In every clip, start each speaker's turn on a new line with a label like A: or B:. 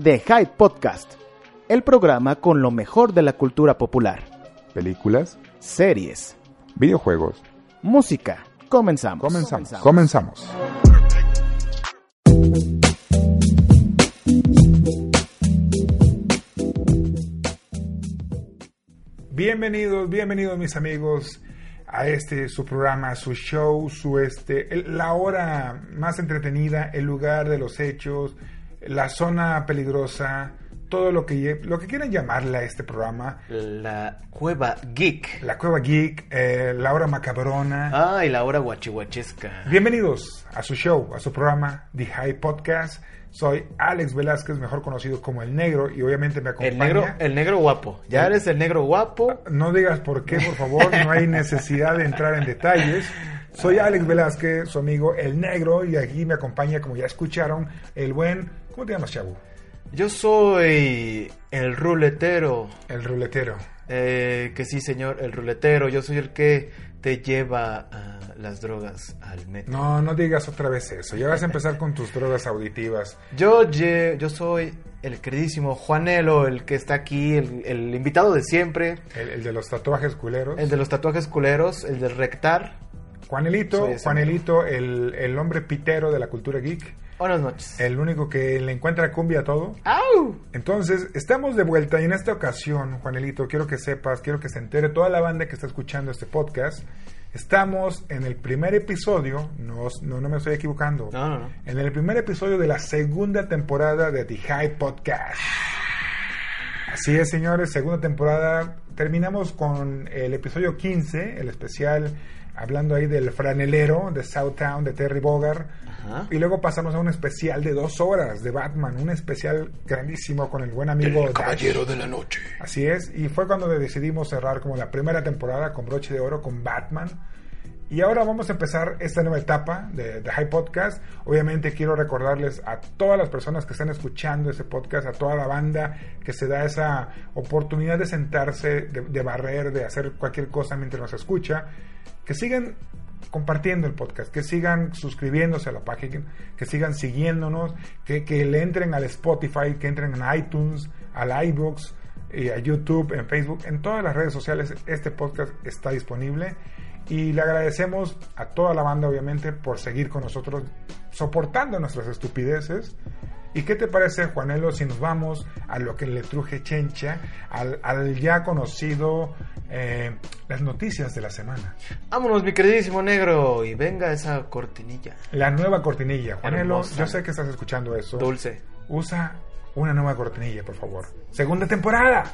A: The Hype Podcast, el programa con lo mejor de la cultura popular,
B: películas,
A: series,
B: videojuegos.
A: música. Comenzamos.
B: Comenzamos, comenzamos.
C: Bienvenidos, bienvenidos mis amigos a este su programa, su show, su este, el- la hora más entretenida, el lugar de los hechos, la zona peligrosa, todo lo que lle- lo que quieran llamarle a este programa,
D: La cueva geek.
C: la cueva geek, eh, la hora macabrona.
D: Ay, la hora guachihuachesca.
C: Bienvenidos a su show, a su programa The High Podcast. Soy Alex Velázquez, mejor conocido como el Negro, y obviamente me acompaña.
D: El negro, el negro guapo. Ya eres el negro guapo.
C: No digas por qué, por favor, no hay necesidad de entrar en detalles. Soy Alex Velázquez, su amigo El Negro, y aquí me acompaña, como ya escucharon, el buen. ¿Cómo te llamas, chavo?
D: Yo soy el ruletero.
C: El ruletero.
D: Eh, que sí, señor, el ruletero. Yo soy el que te lleva ah, las drogas al metro.
C: No, no digas otra vez eso. Ya vas a empezar con tus drogas auditivas.
D: Yo, lle- yo soy el queridísimo Juanelo, el que está aquí, el, el invitado de siempre.
C: El, el de los tatuajes culeros.
D: El de los tatuajes culeros, el del rectar.
C: Juanelito,
D: Soy ese
C: Juanelito, el, el hombre pitero de la cultura geek.
D: Buenas noches.
C: El único que le encuentra cumbia a todo.
D: ¡Au!
C: Entonces, estamos de vuelta y en esta ocasión, Juanelito, quiero que sepas, quiero que se entere toda la banda que está escuchando este podcast. Estamos en el primer episodio, no, no, no me estoy equivocando,
D: No, no, no.
C: en el primer episodio de la segunda temporada de The High Podcast. Así es, señores, segunda temporada. Terminamos con el episodio 15, el especial hablando ahí del franelero de Southtown de Terry Bogard.
D: Ajá.
C: Y luego pasamos a un especial de dos horas de Batman, un especial grandísimo con el buen amigo Dash.
D: de la noche.
C: Así es, y fue cuando decidimos cerrar como la primera temporada con broche de oro con Batman. Y ahora vamos a empezar esta nueva etapa de, de High Podcast. Obviamente quiero recordarles a todas las personas que están escuchando ese podcast, a toda la banda que se da esa oportunidad de sentarse, de, de barrer, de hacer cualquier cosa mientras nos escucha, que sigan compartiendo el podcast, que sigan suscribiéndose a la página, que sigan siguiéndonos, que, que le entren al Spotify, que entren en iTunes, al iBooks, y a YouTube, en Facebook, en todas las redes sociales este podcast está disponible y le agradecemos a toda la banda obviamente por seguir con nosotros soportando nuestras estupideces. ¿Y qué te parece, Juanelo, si nos vamos a lo que le truje Chencha, al, al ya conocido eh, las noticias de la semana?
D: Vámonos, mi queridísimo negro, y venga esa cortinilla.
C: La nueva cortinilla, Juanelo,
D: Hermosa.
C: yo sé que estás escuchando eso.
D: Dulce.
C: Usa una nueva cortinilla, por favor. Segunda temporada.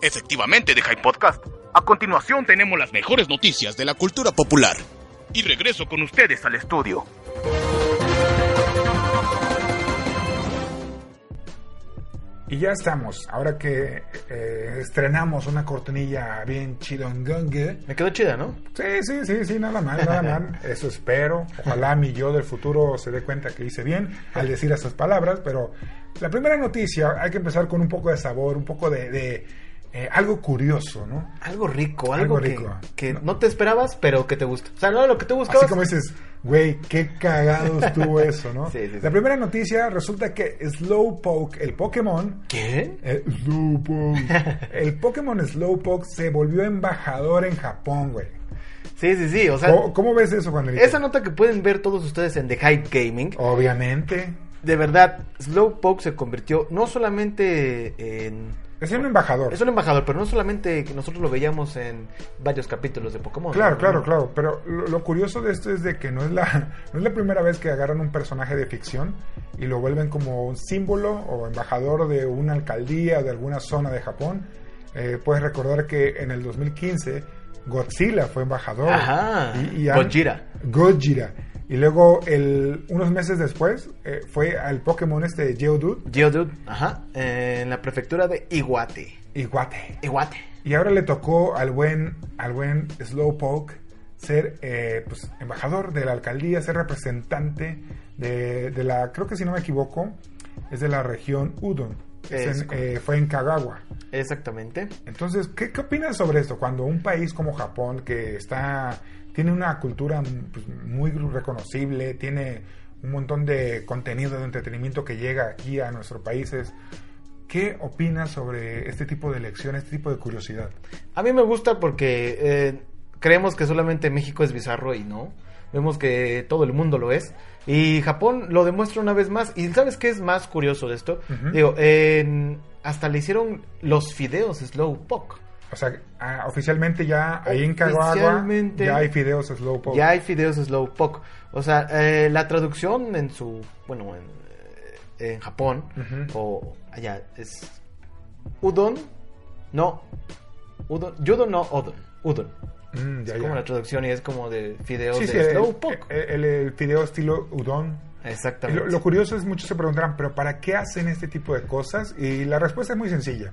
E: Efectivamente, de High Podcast. A continuación tenemos las mejores noticias de la cultura popular. Y regreso con ustedes al estudio.
C: Y ya estamos, ahora que eh, estrenamos una cortinilla bien chidongongue.
D: Me quedó chida, ¿no?
C: Sí, sí, sí, sí, nada mal, nada mal. Eso espero. Ojalá mi yo del futuro se dé cuenta que hice bien al decir esas palabras. Pero la primera noticia, hay que empezar con un poco de sabor, un poco de, de, eh, algo curioso, ¿no?
D: Algo rico, algo,
C: Algo
D: que-
C: rico.
D: que,
C: No.
D: no. te esperabas, pero que te gusta. O sea, no era lo que tú buscabas.
C: Así como dices, güey, qué cagado estuvo eso, ¿no?
D: Sí, sí, sí.
C: La primera noticia resulta que Slowpoke, el Pokémon,
D: ¿Qué?
C: Eh, Slowpoke. El Pokémon Slowpoke se volvió embajador en Japón, güey.
D: Sí, sí, sí. O sea,
C: ¿Cómo, cómo ves eso, Juanelito?
D: esa nota que pueden ver todos ustedes en The Hype Gaming.
C: Obviamente.
D: De verdad, Slowpoke se convirtió no solamente en.
C: Es un embajador.
D: Es un embajador, pero no solamente que nosotros lo veíamos en varios capítulos de Pokémon.
C: Claro,
D: ¿no?
C: claro, claro. Pero lo, lo curioso de esto es de que no es, la, no es la primera vez que agarran un personaje de ficción y lo vuelven como un símbolo o embajador de una alcaldía o de alguna zona de Japón. Eh, puedes recordar que en el 2015 Godzilla fue embajador.
D: Ajá.
C: han-
D: Gojira.
C: Gojira. Y luego, el, unos meses después, eh, fue al Pokémon este de Geodude
D: Geodude, ajá. En la prefectura de Iguate.
C: y Guate.
D: Iguate.
C: Y ahora le tocó al buen, al buen Slowpoke ser eh, pues, embajador de la alcaldía, ser representante de, de la, creo que si no me equivoco, es de la región Udon. Es
D: Es
C: en,
D: correcto.
C: eh, fue en Kagawa.
D: Exactamente.
C: Entonces, ¿qué, qué opinas sobre esto? Cuando un país como Japón, que está tiene una cultura pues, muy reconocible, tiene un montón de contenido de entretenimiento que llega aquí a nuestros países. ¿Qué opinas sobre este tipo de elección, este tipo de curiosidad?
D: A mí me gusta porque eh, creemos que solamente México es bizarro y no. Vemos que todo el mundo lo es. Y Japón lo demuestra una vez más. ¿Y sabes qué es más curioso de esto?
C: Ujú.
D: Digo, en- hasta le hicieron los fideos Slowpoke.
C: O sea, ah, oficialmente ya ahí en Caguagua
D: Oficialmente-
C: ya hay fideos Slowpoke.
D: Ya hay fideos Slowpoke. O sea, eh, la traducción en su. Bueno, en, eh, en Japón.
C: Ujú.
D: O allá es. Udon. No. Udon. Yudon no Odon. Udon.
C: Mm, ya,
D: es como
C: ya.
D: la traducción y es como de fideos
C: Sí,
D: de
C: sí, el,
D: Slowpoke.
C: el- el fideo estilo udon.
D: Exactamente.
C: Lo, lo curioso es, muchos se preguntarán, ¿pero para qué hacen este tipo de cosas? Y la respuesta es muy sencilla.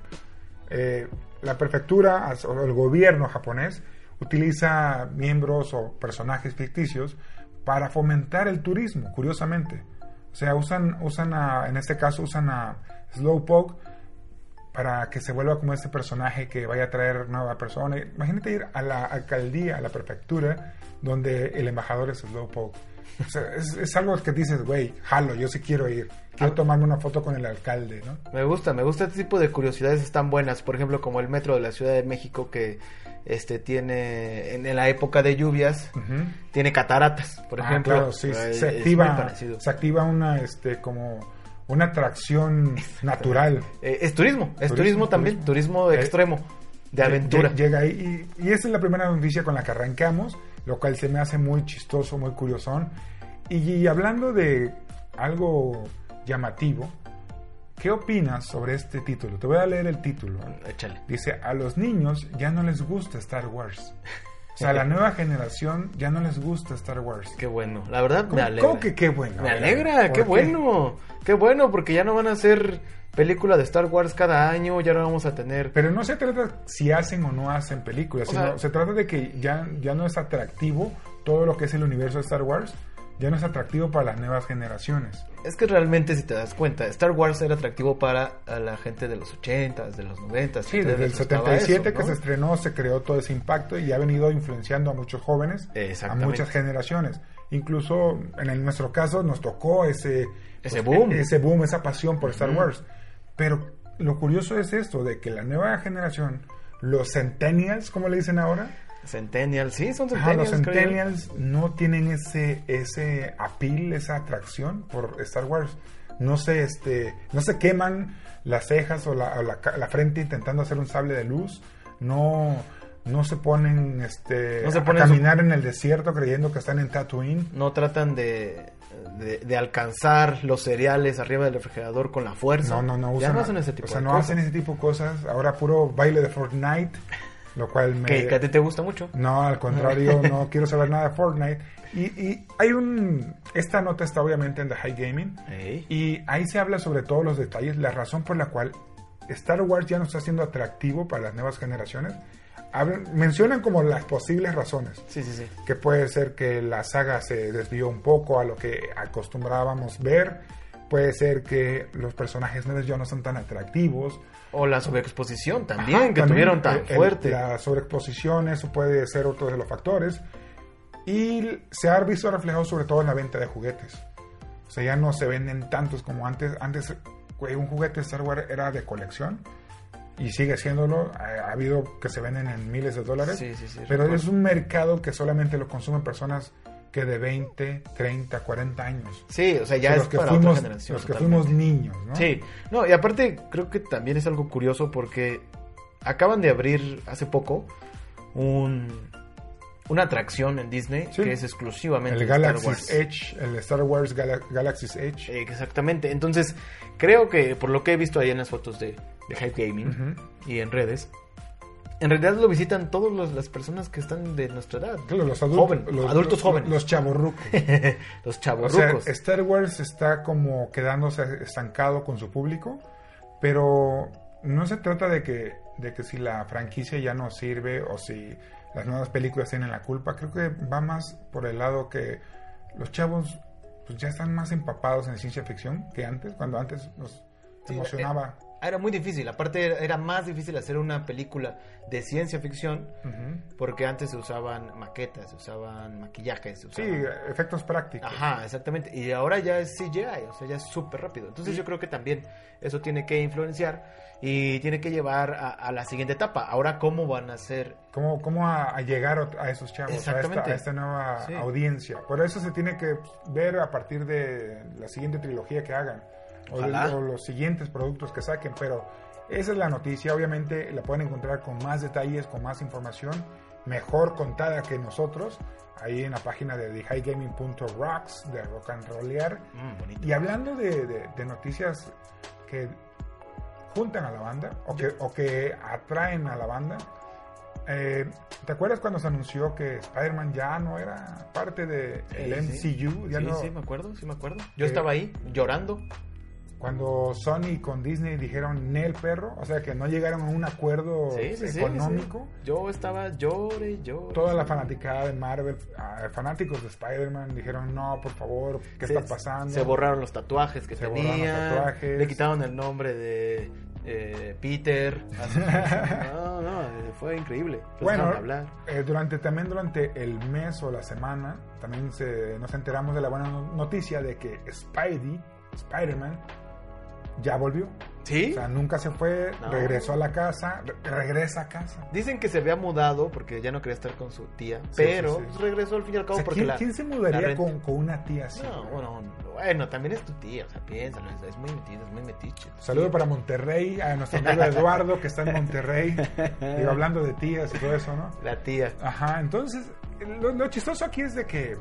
C: Eh, la prefectura as- o el gobierno japonés utiliza miembros o personajes ficticios para fomentar el turismo, curiosamente. O sea, usan, usan a- en este caso usan a Slowpoke para que se vuelva como este personaje que vaya a traer nueva persona. Imagínate ir a la alcaldía, a la prefectura, donde el embajador es Slowpoke. O sea, es, es algo que dices, güey, jalo, yo sí quiero ir. Quiero
D: Ah.
C: tomarme una foto con el alcalde, ¿no?
D: Me gusta, me gusta este tipo de curiosidades están buenas. Por ejemplo, como el metro de la Ciudad de México que este tiene en, en la época de lluvias
C: Ujú.
D: tiene cataratas, por
C: Ah,
D: ejemplo.
C: claro, sí,
D: Eh,
C: se
D: es muy
C: activa,
D: parecido.
C: se activa una, este, como una atracción natural.
D: Eh, es turismo, es turismo,
C: Turismo,
D: también,
C: turismo.
D: turismo,
C: Eh,
D: extremo, de aventura.
C: Lle- Llega ahí y, y esa es la primera noticia con la que arrancamos, lo cual se me hace muy chistoso, muy curiosón. Y, y hablando de algo llamativo, ¿qué opinas sobre este título? Te voy a leer el título.
D: Échale.
C: Dice, a los niños ya no les gusta Star Wars. O sea, a la nueva generación ya no les gusta Star Wars.
D: Qué bueno, la verdad me
C: ¿Cómo,
D: alegra.
C: cómo que qué bueno?
D: Me
C: A ver,
D: alegra,
C: ¿por
D: qué bueno, qué bueno, porque ya no van a hacer película de Star Wars cada año, ya no vamos a tener
C: Pero no se trata si hacen o no hacen películas,
D: O
C: sino
D: sea-
C: se trata de que ya, ya no es atractivo todo lo que es el universo de Star Wars, ya no es atractivo para las nuevas generaciones.
D: Es que realmente, si te das cuenta, Star Wars era atractivo para a la gente de los 80s, de los 90s.
C: Sí,
D: que
C: desde
D: les
C: el
D: gustaba
C: 77
D: eso,
C: que
D: ¿no?
C: se estrenó se creó todo ese impacto y ha venido influenciando a muchos jóvenes, a
D: Exactamente.
C: muchas generaciones. Incluso en el- nuestro caso nos tocó ese,
D: Ese boom.
C: e- ese boom, esa pasión por Star
D: Ujú.
C: Wars. Pero lo curioso es esto, de que la nueva generación, los centennials, como le dicen ahora,
D: Centennials, sí, son
C: Ajá, los
D: centennials. creo yo.
C: Centennials no tienen ese, ese apil, esa atracción por Star Wars. No se, este, no se queman las cejas o la, o la ca- la frente intentando hacer un sable de luz. No, no se ponen, este,
D: No se
C: a
D: ponen su-
C: caminar en el desierto creyendo que están en Tatooine.
D: No tratan de, de, de alcanzar los cereales arriba del refrigerador con la fuerza.
C: No, no, no
D: Ya
C: usan.
D: no hacen ese tipo
C: o sea,
D: de
C: no
D: cosas.
C: hacen ese tipo de cosas. Ahora puro baile de Fortnite, lo cual me...
D: Que, que a ti te gusta mucho.
C: No, al contrario, no quiero saber nada de Fortnite. Y, y hay un... Esta nota está obviamente en The High Gaming.
D: Ey.
C: Y ahí se habla sobre todos los detalles, la razón por la cual Star Wars ya no está siendo atractivo para las nuevas generaciones. Hablan- mencionan como las posibles razones.
D: Sí, sí, sí.
C: Que puede ser que la saga se desvió un poco a lo que acostumbrábamos ver. Puede ser que los personajes nuevos ya no son tan atractivos.
D: O la sobreexposición también,
C: Ajá,
D: que tuvieron tan
C: el- el-
D: fuerte.
C: La sobreexposición, eso puede ser otro de los factores. Y se ha visto reflejado sobre todo en la venta de juguetes. O sea, ya no se venden tantos como antes. Antes, güey, un juguete de Star Wars era de colección. Y sigue siéndolo. Ha, ha habido que se venden en miles de dólares.
D: Sí, sí, sí,
C: pero
D: recuerdo.
C: es un mercado que solamente lo consumen personas que de 20, 30, 40 años.
D: Sí, o sea, ya
C: O sea,
D: es para
C: fuimos,
D: otra generación.
C: los que
D: totalmente.
C: fuimos niños, ¿no?
D: Sí, no, y aparte creo que también es algo curioso porque acaban de abrir hace poco un, una atracción en Disney
C: Sí.
D: que es exclusivamente
C: El
D: de Star
C: Galaxy
D: Wars.
C: Edge, el Star Wars Gala- Galaxy's Edge.
D: Eh, Exactamente, entonces creo que por lo que he visto ahí en las fotos de, de Hype Gaming
C: Ujú.
D: y en redes, en realidad lo visitan todas las personas que están de nuestra edad.
C: Claro, los adultos,
D: Joven,
C: los,
D: adultos
C: los-
D: jóvenes.
C: Los chavorrucos.
D: Los
C: o
D: chavos
C: sea, Star Wars está como quedándose estancado con su público, pero no se trata de que, de que si la franquicia ya no sirve o si las nuevas películas tienen la culpa. Creo que va más por el lado que los chavos pues, ya están más empapados en ciencia ficción que antes, cuando antes nos emocionaba.
D: Ah, Era muy difícil, aparte era- era más difícil hacer una película de ciencia ficción
C: Ujú.
D: porque antes se usaban maquetas, se usaban maquillajes, se
C: Sí, eh,
D: usaban...
C: efectos prácticos.
D: Ajá, exactamente. Y ahora ya es CGI, o sea, ya es súper rápido. Entonces yo creo que también eso tiene que influenciar y tiene que llevar a, a la siguiente etapa. Ahora, ¿cómo van a hacer?
C: ¿Cómo, cómo a, a llegar ot- a esos chavos, a esta,
D: Exactamente.
C: a esta nueva
D: Sí.
C: audiencia? Por eso se tiene que pues, ver a partir de la siguiente trilogía que hagan o, de-
D: Ojalá.
C: o los siguientes productos que saquen, pero esa es la noticia, obviamente la pueden encontrar con más detalles, con más información, mejor contada que nosotros, ahí en la página de thehighgaming.rocks, de Rock and Rollear.
D: Mm, bonito.
C: Y hablando de, de- de noticias que juntan a la banda o que, o que atraen a la banda, eh, ¿te acuerdas cuando se anunció que Spider-Man ya no era parte del el
D: Sí, sí.
C: MCU? Ya
D: sí,
C: no-
D: sí, me acuerdo, sí me acuerdo. Yo
C: Eh,
D: estaba ahí llorando.
C: Cuando Sony con Disney dijeron Nel perro, o sea que no llegaron a un acuerdo
D: Sí, sí, sí,
C: económico.
D: sí. Yo estaba llore, llore.
C: Toda la fanaticada de Marvel, ah, fanáticos de Spider-Man, dijeron, no, por favor, ¿qué
D: Se-
C: está pasando?
D: Se borraron los tatuajes que
C: Se borraron los
D: tenía.
C: tatuajes.
D: Le quitaron el nombre de eh, Peter. Así. no, no, eh, fue increíble. Los
C: Bueno,
D: dejaron de hablar.
C: eh, durante también durante el mes o la semana también se, nos enteramos de la buena no- noticia de que Spidey, Spider-Man, ya volvió. O
D: ¿Sí?
C: sea, nunca se fue,
D: No.
C: regresó a la casa, re- regresa a casa.
D: Dicen que se había mudado porque ya no quería estar con su tía,
C: Sí,
D: pero pues,
C: sí, sí.
D: regresó al fin y al
C: O
D: cabo
C: sea,
D: porque
C: ¿quién,
D: la...
C: quién se mudaría
D: la renta-
C: con, con una tía así?
D: No, bueno, bueno, también es tu tía, o sea, piénsalo, es, es muy metiche, es muy metiche.
C: Saludo para Monterrey, a nuestro amigo Eduardo que está en Monterrey, digo, hablando de tías y todo eso, ¿no?
D: La tía.
C: Ajá, entonces, lo, lo chistoso aquí es de que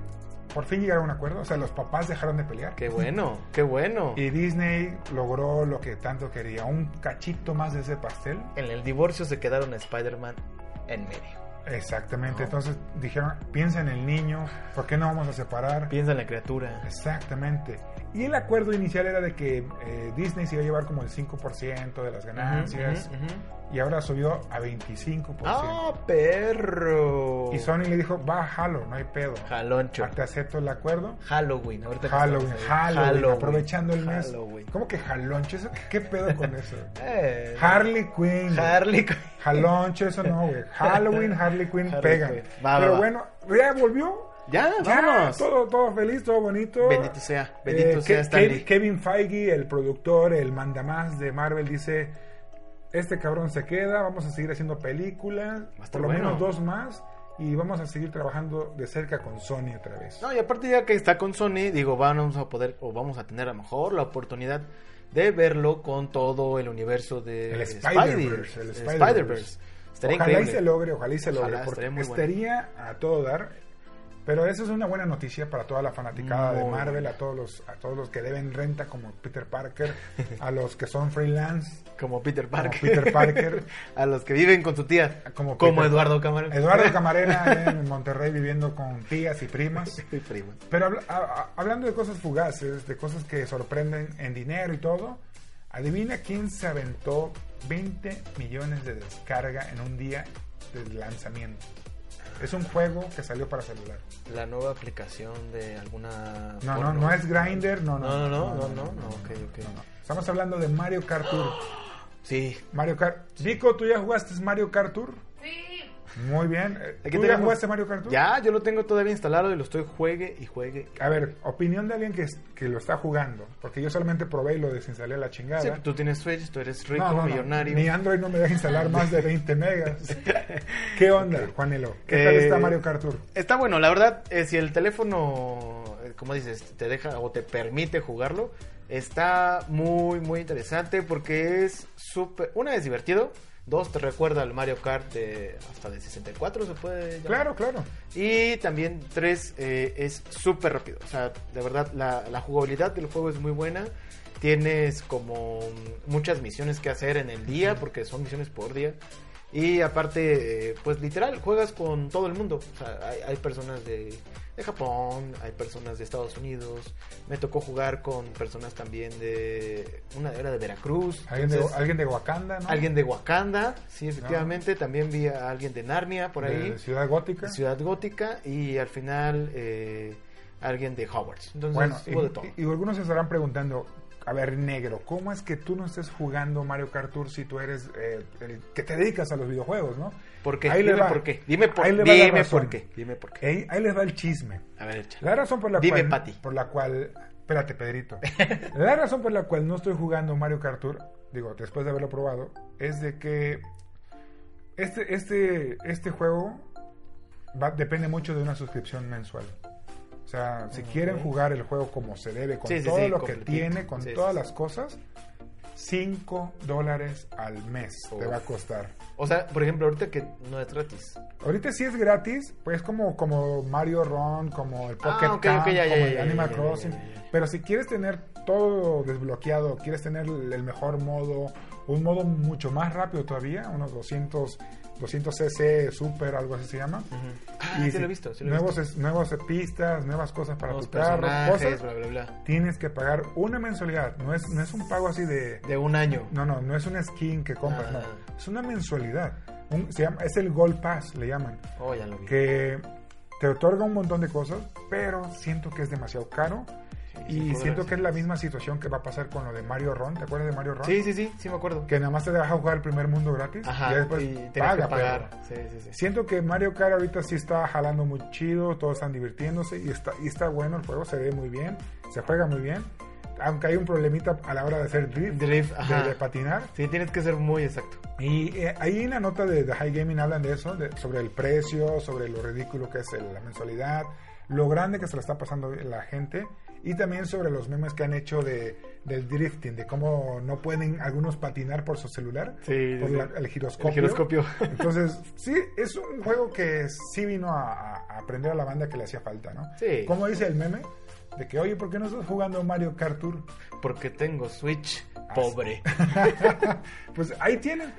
C: por fin llegaron a un acuerdo, o sea, los papás dejaron de pelear.
D: Qué bueno, qué bueno.
C: Y Disney logró lo que tanto quería, un cachito más de ese pastel.
D: En el divorcio se quedaron a Spider-Man en medio.
C: Exactamente,
D: No.
C: entonces dijeron, piensa en el niño, ¿por qué no vamos a separar?
D: Piensa en la criatura.
C: Exactamente. Y el acuerdo inicial era de que eh, Disney se iba a llevar como el 5% de las ganancias
D: Ujú, ujú, ujú.
C: y ahora subió a 25%.
D: ¡Ah, perro!
C: Y Sony le dijo, bájalo, no hay pedo.
D: Jaloncho.
C: Te acepto el acuerdo.
D: Halloween, ahorita que
C: Halloween,
D: estamos ahí.
C: Halloween, aprovechando el mes.
D: Halloween.
C: ¿Cómo que jaloncho? ¿Eso- ¿Qué pedo con eso?
D: Eh,
C: Harley Quinn.
D: Harley.
C: Jaloncho, eso no, güey. Halloween, Harley Quinn
D: Harley
C: pegan.
D: Quinn. Va,
C: Pero
D: va, va.
C: bueno, ya volvió.
D: Ya,
C: Ya,
D: vámonos.
C: todo, todo feliz, todo bonito. Eh,
D: Bendito sea, bendito sea
C: Ke-
D: Stan
C: Ke-
D: Lee.
C: Kevin Feige, el productor, el mandamás de Marvel, dice: Este cabrón se queda, vamos a seguir haciendo películas,
D: a estar
C: por lo
D: bueno.
C: menos dos más, y vamos a seguir trabajando de cerca con Sony otra vez.
D: No, y aparte ya que está con Sony, digo, vamos a poder o vamos a tener a lo mejor la oportunidad de verlo con todo el universo de
C: El
D: Spidey,
C: Spider-Verse, el
D: el
C: Spider-Verse.
D: Spider-Verse. Estaría
C: ojalá
D: increíble.
C: y se logre, ojalá y se
D: Ojalá,
C: logre, porque
D: estaría muy bueno.
C: estaría a todo dar. Pero esa es una buena noticia para toda la fanaticada de
D: Muy
C: Marvel, a todos los a todos los que deben renta como Peter Parker, a los que son freelance,
D: Como Peter Parker.
C: Peter Parker.
D: a los que viven con su tía.
C: Como
D: Como,
C: Peter-
D: Eduardo Camarón.
C: Eduardo Camarena en Monterrey viviendo con tías y primas.
D: Y primo.
C: Pero habla- a- a- hablando de cosas fugaces, de cosas que sorprenden en dinero y todo, adivina quién se aventó 20 millones de descarga en un día de lanzamiento. Es un juego que salió para celular.
D: La nueva aplicación de alguna...
C: No, no,
D: porno.
C: no es Grindr, no, no.
D: No, no, no, no, no, no, ok, ok.
C: Estamos hablando de Mario Kart Tour.
D: Sí.
C: Mario Kart. Nico, ¿tú ya jugaste Mario Kart Tour?
F: Sí,
C: Muy bien. Eh, ¿Tú
D: Aquí
C: ya
D: tenemos-
C: jugaste Mario Kart Tour?
D: Ya, yo lo tengo todavía instalado y lo estoy juegue y juegue.
C: A ver, opinión de alguien que, es- que lo está jugando. Porque yo solamente probé y lo desinstalé a la chingada.
D: Sí, tú tienes Switch, tú eres rico,
C: No, no, no.
D: millonario.
C: Mi Android no me deja instalar más de 20 megas. ¿Qué onda, Juanelo? ¿Qué tal
D: Eh,
C: está Mario Kart Tour?
D: Está bueno, la verdad, eh, si el teléfono, eh, como dices, te deja o te permite jugarlo, está muy, muy interesante porque es súper... Una es divertido, dos te recuerda al Mario Kart de hasta de 64, se puede... llamar.
C: Claro, claro.
D: Y también tres eh, es súper rápido. O sea, de verdad, la, la jugabilidad del juego es muy buena. Tienes como mm, muchas misiones que hacer en el día, porque son misiones por día. Y aparte, eh, pues literal, juegas con todo el mundo. O sea, hay, hay personas de, de Japón, hay personas de Estados Unidos. Me tocó jugar con personas también de... Una era de Veracruz.
C: Alguien,
D: entonces,
C: de, Ah. alguien de Wakanda, ¿no?
D: alguien de Wakanda, sí, efectivamente. También vi a alguien de Narnia por ahí.
C: De Ciudad Gótica.
D: Ciudad Gótica y al final eh, alguien de Hogwarts. Entonces
C: Bueno,
D: hubo de todo.
C: y, y algunos se estarán preguntando, a ver, negro, ¿cómo es que tú no estés jugando Mario Kart Tour si tú eres eh, el que te dedicas a los videojuegos, no?
D: ¿Por qué?
C: Ahí le
D: Dime
C: va.
D: por qué. Dime por,
C: Ahí le va la
D: dime
C: razón.
D: por qué. Dime por qué.
C: Ahí, ahí les va el chisme.
D: A ver, échale.
C: La razón por la
D: Dime,
C: cual.
D: Pati.
C: Por la cual. Espérate, Pedrito. la razón por la cual no estoy jugando Mario Kart Tour, digo, después de haberlo probado, es de que. Este, este, este juego va- depende mucho de una suscripción mensual. O sea, si quieren jugar el juego como se debe, con
D: Sí, sí,
C: todo
D: sí,
C: lo que
D: completito.
C: tiene, con
D: Sí, sí,
C: todas
D: sí.
C: las cosas, 5 dólares al mes te
D: Uf.
C: va a costar.
D: O sea, por ejemplo, ahorita que no es gratis.
C: Ahorita sí es gratis, pues como, como Mario Run, como el Pocket
D: Ah, ok,
C: Camp,
D: ok, ya, ya,
C: como
D: ya,
C: el
D: ya,
C: Animal
D: ya, ya,
C: Crossing.
D: ya, ya, ya.
C: Pero si quieres tener todo desbloqueado, quieres tener el el mejor modo, un modo mucho más rápido todavía, unos 200, 200 cc super, algo así se llama.
D: Ah, sí
C: si-
D: lo he visto, sí lo he
C: nuevos, es- nuevas pistas, nuevas cosas para
D: Nuevos
C: tu carro,
D: personajes,
C: cosas.
D: bla, bla, bla.
C: Tienes que pagar una mensualidad, no es, no es un pago así de...
D: De un año.
C: No, no, no es una skin que compras,
D: Ah.
C: no. Es una mensualidad. Un- se llama, es el Gold Pass, le llaman
D: Oh, ya lo vi.
C: que te otorga un montón de cosas, pero siento que es demasiado caro.
D: Sí,
C: Y
D: sí,
C: siento
D: sí.
C: que es la misma situación que va a pasar con lo de Mario Ron. ¿Te acuerdas de Mario Ron?
D: Sí, sí, sí, sí me acuerdo.
C: Que nada más te deja jugar el primer mundo gratis
D: Ajá,
C: y
D: y,
C: ya después
D: tenías que
C: paga.
D: pagar.
C: pero-
D: Sí, sí, sí.
C: Siento que Mario Kart ahorita sí está jalando muy chido, todos están divirtiéndose y está, y está bueno el juego, se ve muy bien, se juega muy bien. Aunque hay un problemita a la hora de hacer drift,
D: Drift,
C: de-
D: ajá.
C: de patinar.
D: Sí, tienes que ser muy exacto.
C: Y eh, ahí en la nota de The High Gaming hablan de eso, de- sobre el precio, sobre lo ridículo que es el- la mensualidad, lo grande que se la está pasando la gente y también sobre los memes que han hecho de, del drifting, de cómo no pueden algunos patinar por su celular,
D: Sí,
C: por
D: sí,
C: Pues la-
D: sí.
C: el giroscopio.
D: El giroscopio.
C: Entonces, sí, es un juego que sí vino a, a- a aprender a la banda que le hacía falta, ¿no?
D: Sí.
C: Como dice el meme, de que, oye, ¿por qué no estás jugando Mario Kart Tour?
D: Porque tengo Switch
C: Ah,
D: pobre.
C: pues ahí tienen.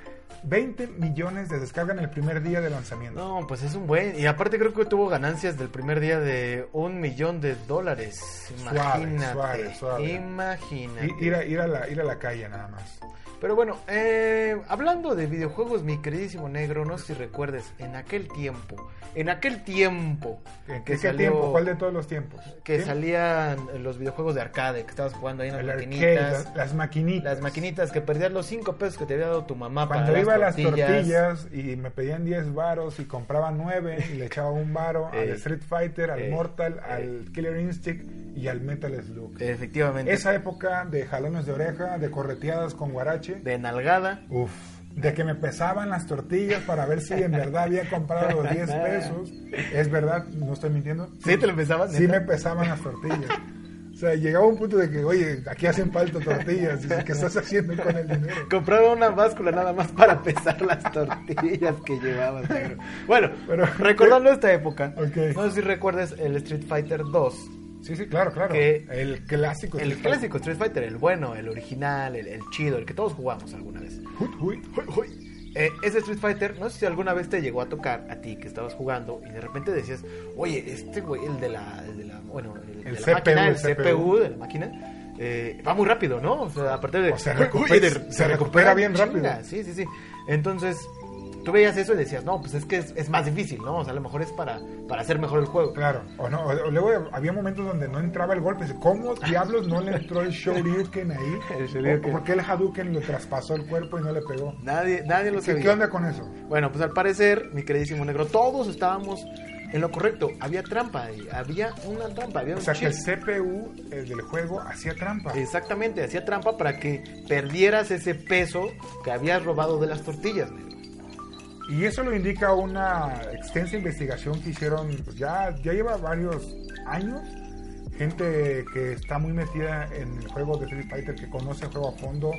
C: 20 millones de descarga en el primer día de lanzamiento.
D: No, pues es un buen. Y aparte creo que tuvo ganancias del primer día de un millón de dólares.
C: Suave,
D: Imagínate.
C: suave, suave.
D: Imagínate.
C: I- ir, a, ir, a la, ir a la calle nada más.
D: Pero bueno, eh, hablando de videojuegos, mi queridísimo negro, no sé si recuerdes, en aquel tiempo, en aquel tiempo
C: ¿En
D: que
C: qué,
D: salió-
C: tiempo? ¿Cuál de todos los tiempos?
D: que
C: ¿Sí?
D: salían los videojuegos de arcade, que estabas jugando ahí en las
C: El arcade,
D: maquinitas.
C: las, las maquinitas.
D: Las maquinitas que perdías los 5 pesos que te había dado tu mamá
C: Cuando
D: para
C: iba a las tortillas y me pedían 10 varos y compraba 9 y le echaba un varo al
D: Ey.
C: Street Fighter, al
D: Ey.
C: Mortal, al Killer Instinct y al Metal Slug.
D: Efectivamente.
C: Esa época de jalones de oreja, de correteadas con guarache.
D: De nalgada.
C: Uf, de que me pesaban las tortillas para ver si en verdad había comprado los 10 pesos. Es verdad, no estoy mintiendo.
D: ¿Sí te lo pensabas?
C: Sí me
D: neta?
C: pesaban las tortillas. O sea, llegaba un punto de que, oye, aquí hacen falta tortillas. Dice, ¿Qué estás haciendo con el dinero?
D: Compraba una báscula nada más para pesar las tortillas que llevabas, negro. Bueno,
C: Pero-
D: recordando esta época,
C: Ok.
D: no sé si recuerdes el Street Fighter 2,
C: Sí, sí, claro, claro.
D: Que-
C: el clásico.
D: el clásico Street Fighter, el bueno, el original, el, el chido, el que todos jugamos alguna vez.
C: Uy, uy.
D: Eh, ese Street Fighter, no sé si alguna vez te llegó a tocar a ti que estabas jugando y de repente decías, oye, este güey, el de la, el de la- bueno, el, de
C: El
D: la
C: CPU,
D: máquina, el
C: el CPU.
D: CPU de la máquina, eh, va muy rápido, ¿no? O sea, a partir de...
C: O se
D: uy,
C: recupera-
D: uy, de-
C: se recupera bien
D: chinga,
C: rápido.
D: Sí, sí, sí. Entonces, tú veías eso y decías, no, pues es que es, es más difícil, ¿no? O sea, a lo mejor es para, para hacer mejor el juego.
C: Claro, o no, o- o luego había momentos donde no entraba el golpe. Dice, ¿Cómo diablos no le entró el Shoryuken ahí?
D: El Shoryuken.
C: ¿O ¿Por qué el Hadouken lo traspasó el cuerpo y no le pegó?
D: Nadie, nadie lo
C: ¿Qué,
D: sabía.
C: ¿Qué onda con eso?
D: Bueno, pues al parecer, mi queridísimo negro, todos estábamos en lo correcto. Había trampa ahí, había una trampa, había
C: O
D: un
C: sea, que
D: chip.
C: el CPU el del juego hacía trampa.
D: Exactamente, hacía trampa para que perdieras ese peso que habías robado de las tortillas, negro.
C: Y eso lo indica una extensa investigación que hicieron, pues, ya, ya lleva varios años, gente que está muy metida en el juego de Street Fighter, que conoce el juego a fondo,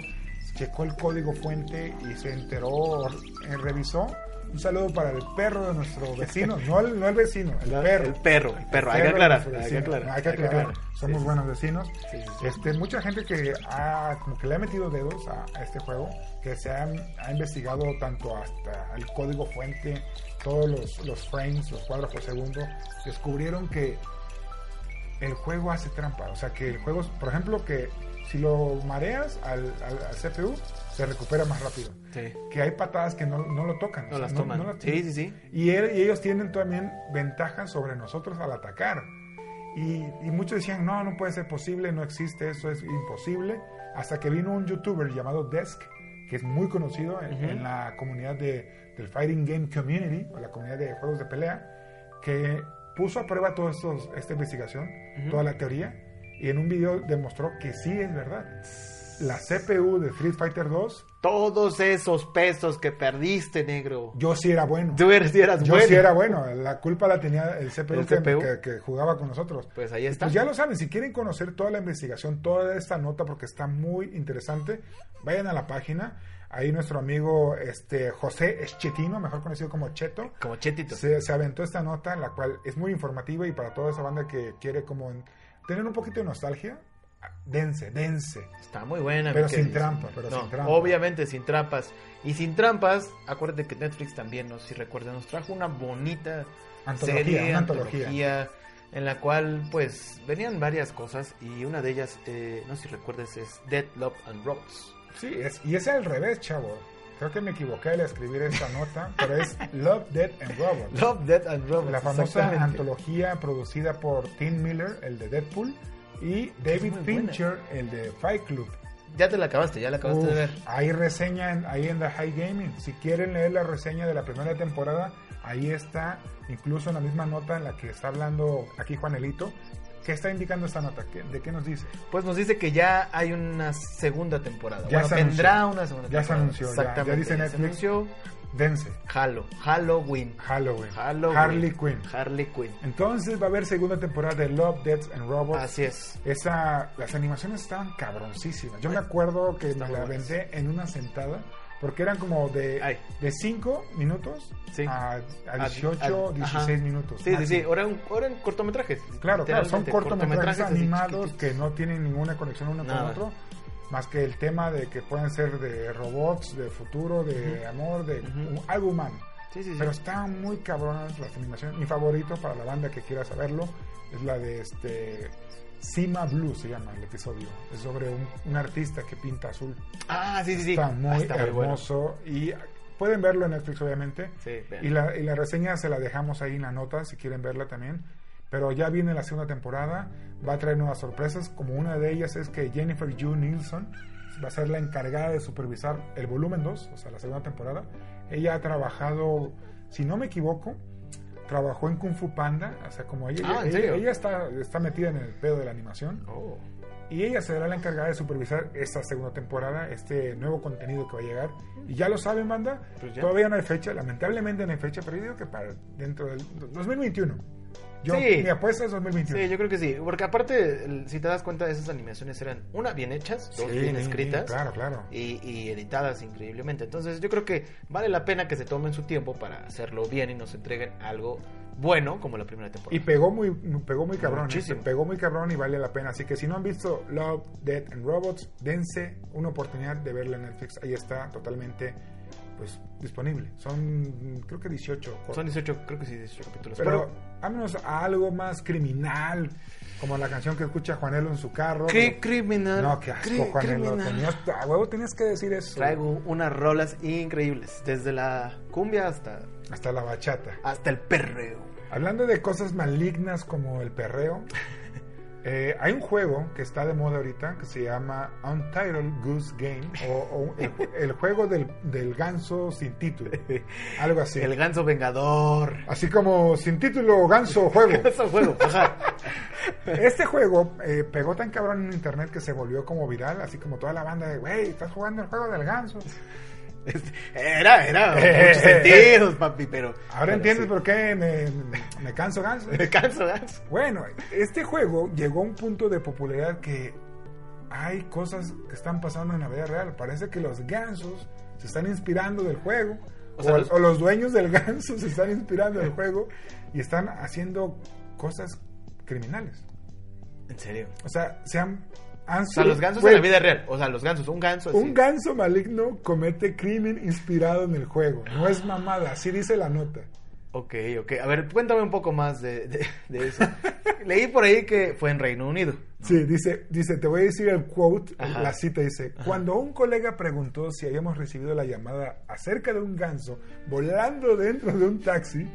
C: checó el código fuente y se enteró, eh, revisó. Un saludo para el perro de nuestro vecino, no el, no el vecino, el
D: La-
C: perro.
D: el perro, el perro, hay que
C: de
D: aclarar,
C: nuestro
D: hay que
C: vecino.
D: aclarar,
C: Hay que
D: hay que
C: aclarar,
D: aclarar.
C: somos
D: Sí, sí,
C: buenos vecinos.
D: Sí, sí, sí.
C: Este, mucha gente que ha, como que le ha metido dedos a, a este juego, que se han- ha investigado tanto hasta el código fuente, todos los, los frames, los cuadros por segundo, descubrieron que el juego hace trampa. O sea, que el juego, por ejemplo, que si lo mareas al, al- al CPU, se recupera más rápido.
D: Sí.
C: Que hay patadas que no, no lo tocan. o
D: No
C: sea,
D: las toman.
C: las
D: Sí, sí, sí.
C: y, él- y ellos tienen también ventajas sobre nosotros al atacar. Y, y muchos decían, no, no puede ser posible, no existe, eso es imposible. Hasta que vino un youtuber llamado Desk, que es muy conocido en, en la comunidad de, del Fighting Game Community, o la comunidad de juegos de pelea, que puso a prueba toda esta investigación, toda la teoría, y en un video demostró que sí es verdad. La CPU de Street Fighter 2,
D: Todos esos pesos que perdiste, negro.
C: yo sí era bueno.
D: Tú eres, sí eras
C: Yo
D: bueno.
C: sí era bueno, la culpa la tenía el CPU,
D: El
C: que,
D: CPU.
C: que- que jugaba con nosotros.
D: Pues ahí está.
C: Pues ya lo saben, si quieren conocer toda la investigación, toda esta nota, porque está muy interesante, vayan a la página. Ahí nuestro amigo este, José Eschetino, mejor conocido como Cheto,
D: Como chetito.
C: se, se aventó esta nota, la cual es muy informativa y para toda esa banda que quiere como en- tener un poquito de nostalgia, dense, dense.
D: Está muy buena. mi
C: Pero sin
D: querido.
C: trampa, pero sin trampa.
D: Obviamente sin trampas. Y sin trampas, acuérdate que Netflix también, no sé si recuerdan, nos trajo una bonita
C: Antología,
D: serie,
C: una antología.
D: antología, en la cual pues venían varias cosas y una de ellas, eh, no sé si recuerdas, es Dead, Love and Robots.
C: Sí, es, y es al revés, chavo. Creo que me equivoqué al escribir esta nota, pero es Love, Dead and Robots.
D: Love, Dead and Robots.
C: La famosa
D: exactamente.
C: antología producida por Tim Miller, el de Deadpool, y David
D: muy buena.
C: Fincher, el de Fight Club.
D: Ya te la acabaste, ya la acabaste de
C: Uf,
D: ver.
C: Hay reseña en- ahí en The High Gaming. Si quieren leer la reseña de la primera temporada, ahí está, incluso en la misma nota en la que está hablando aquí Juanelito. ¿Qué está indicando esta nota? ¿Qué- ¿De qué nos dice?
D: Pues nos dice que ya hay una segunda temporada.
C: Ya
D: bueno,
C: se
D: tendrá
C: anunció.
D: una segunda
C: Ya se
D: temporada.
C: anunció, ya- ya
D: Exactamente.
C: dice
D: se
C: Netflix.
D: anunció.
C: Dense.
D: Halo, Halloween.
C: Halloween.
D: Halloween.
C: Harley Quinn.
D: Harley Quinn.
C: Entonces va a haber segunda temporada de Love, Death and Robots.
D: Así es.
C: Esa, las animaciones estaban cabroncísimas. Yo me acuerdo que me
D: están
C: la
D: muy buenas.
C: vendé en una sentada, porque eran como de
D: Ay.
C: 5 minutos
D: Sí.
C: a, a
D: A-
C: 18,
D: a-
C: 16
D: ajá.
C: minutos.
D: Sí, sí, sí.
C: máximo.
D: Ahora en, ahora en cortometrajes.
C: Claro, claro, son
D: Literalmente,
C: cortometrajes
D: así
C: animados
D: chiquititos.
C: que no tienen ninguna conexión uno con
D: Nada.
C: otro, más que el tema de que pueden ser de robots, de futuro, de amor, de
D: Ujú.
C: algo humano.
D: Sí, sí, sí.
C: Pero estaban muy cabronas las animaciones. Mi favorito para la banda que quiera saberlo es la de este. Cima Blue se llama el episodio. Es sobre un, un artista que pinta azul.
D: Ah, sí, sí, sí.
C: Está muy
D: Ah, está muy bueno.
C: hermoso. Y pueden verlo en Netflix, obviamente.
D: Sí, vean.
C: y, la, y la reseña se la dejamos ahí en la nota si quieren verla también. Pero ya viene la segunda temporada. Va a traer nuevas sorpresas. Como una de ellas es que Jennifer Ju Nielsen va a ser la encargada de supervisar el volumen 2, o sea, la segunda temporada. Ella ha trabajado, si no me equivoco, trabajó en Kung Fu Panda. O sea, como ella,
D: Ah, ¿en
C: ella,
D: serio?
C: ella está, está metida en el pedo de la animación.
D: Oh.
C: Y ella será la encargada de supervisar esta segunda temporada, este nuevo contenido que va a llegar. Y ya lo saben, banda,
D: Pues ya.
C: todavía no hay fecha, lamentablemente no hay fecha, pero yo digo que para dentro del 2021. Yo,
D: Sí.
C: Mi apuesta es 2021.
D: Sí, yo creo que sí. Porque aparte, el- si te das cuenta, esas animaciones eran una bien hechas, dos
C: Sí,
D: bien escritas.
C: Claro, claro.
D: y, y editadas increíblemente. Entonces yo creo que vale la pena que se tomen su tiempo para hacerlo bien y nos entreguen algo bueno como la primera temporada.
C: Y pegó muy, pegó muy cabrón. ¿eh?
D: Muchísimo.
C: Pegó muy cabrón y vale la pena. Así que si no han visto Love, Death and Robots, dense una oportunidad de verla en Netflix. Ahí está totalmente pues disponible. Son creo que 18 cortos.
D: Son 18, creo que sí, 18 capítulos.
C: Pero, vámonos a algo más criminal, como la canción que escucha Juanelo en su carro.
D: ¿Qué
C: Pero-
D: criminal?
C: No, qué asco,
D: Cri-
C: Juanelo.
D: criminal.
C: Tenías, a huevo tenías que decir eso.
D: Traigo unas rolas increíbles, desde la cumbia hasta,
C: Hasta la bachata.
D: hasta el perreo.
C: Hablando de cosas malignas como el perreo, eh, hay un juego que está de moda ahorita que se llama Untitled Goose Game, o, o el, el juego del, del ganso sin título. Algo así.
D: El ganso vengador.
C: Así como sin título, ganso juego.
D: Eso juego, ajá.
C: Este juego eh, pegó tan cabrón en internet que se volvió como viral, así como toda la banda de, wey, estás jugando el juego del ganso.
D: Este, Era, era,
C: Eh,
D: muchos
C: eh, eh.
D: sentidos, papi, pero...
C: Ahora
D: pero
C: entiendes
D: sí.
C: por qué me, me canso ganso.
D: Me canso, ganso.
C: Bueno, este juego llegó a un punto de popularidad que hay cosas que están pasando en la vida real. Parece que los gansos se están inspirando del juego. O,
D: O sea, los-
C: o los dueños del ganso se están inspirando del juego y están haciendo cosas criminales.
D: En serio.
C: O sea, se han... han
D: O sea, los gansos
C: Güey,
D: en la vida real. O sea, los gansos, un ganso. así.
C: Un ganso maligno comete crimen inspirado en el juego. No es mamada, así dice la nota.
D: Ok, ok. A ver, cuéntame un poco más de, de- de eso. Leí por ahí que fue en Reino Unido.
C: Sí, dice, dice, te voy a decir el quote,
D: Ajá.
C: la cita dice, cuando un colega preguntó si habíamos recibido la llamada acerca de un ganso volando dentro de un taxi,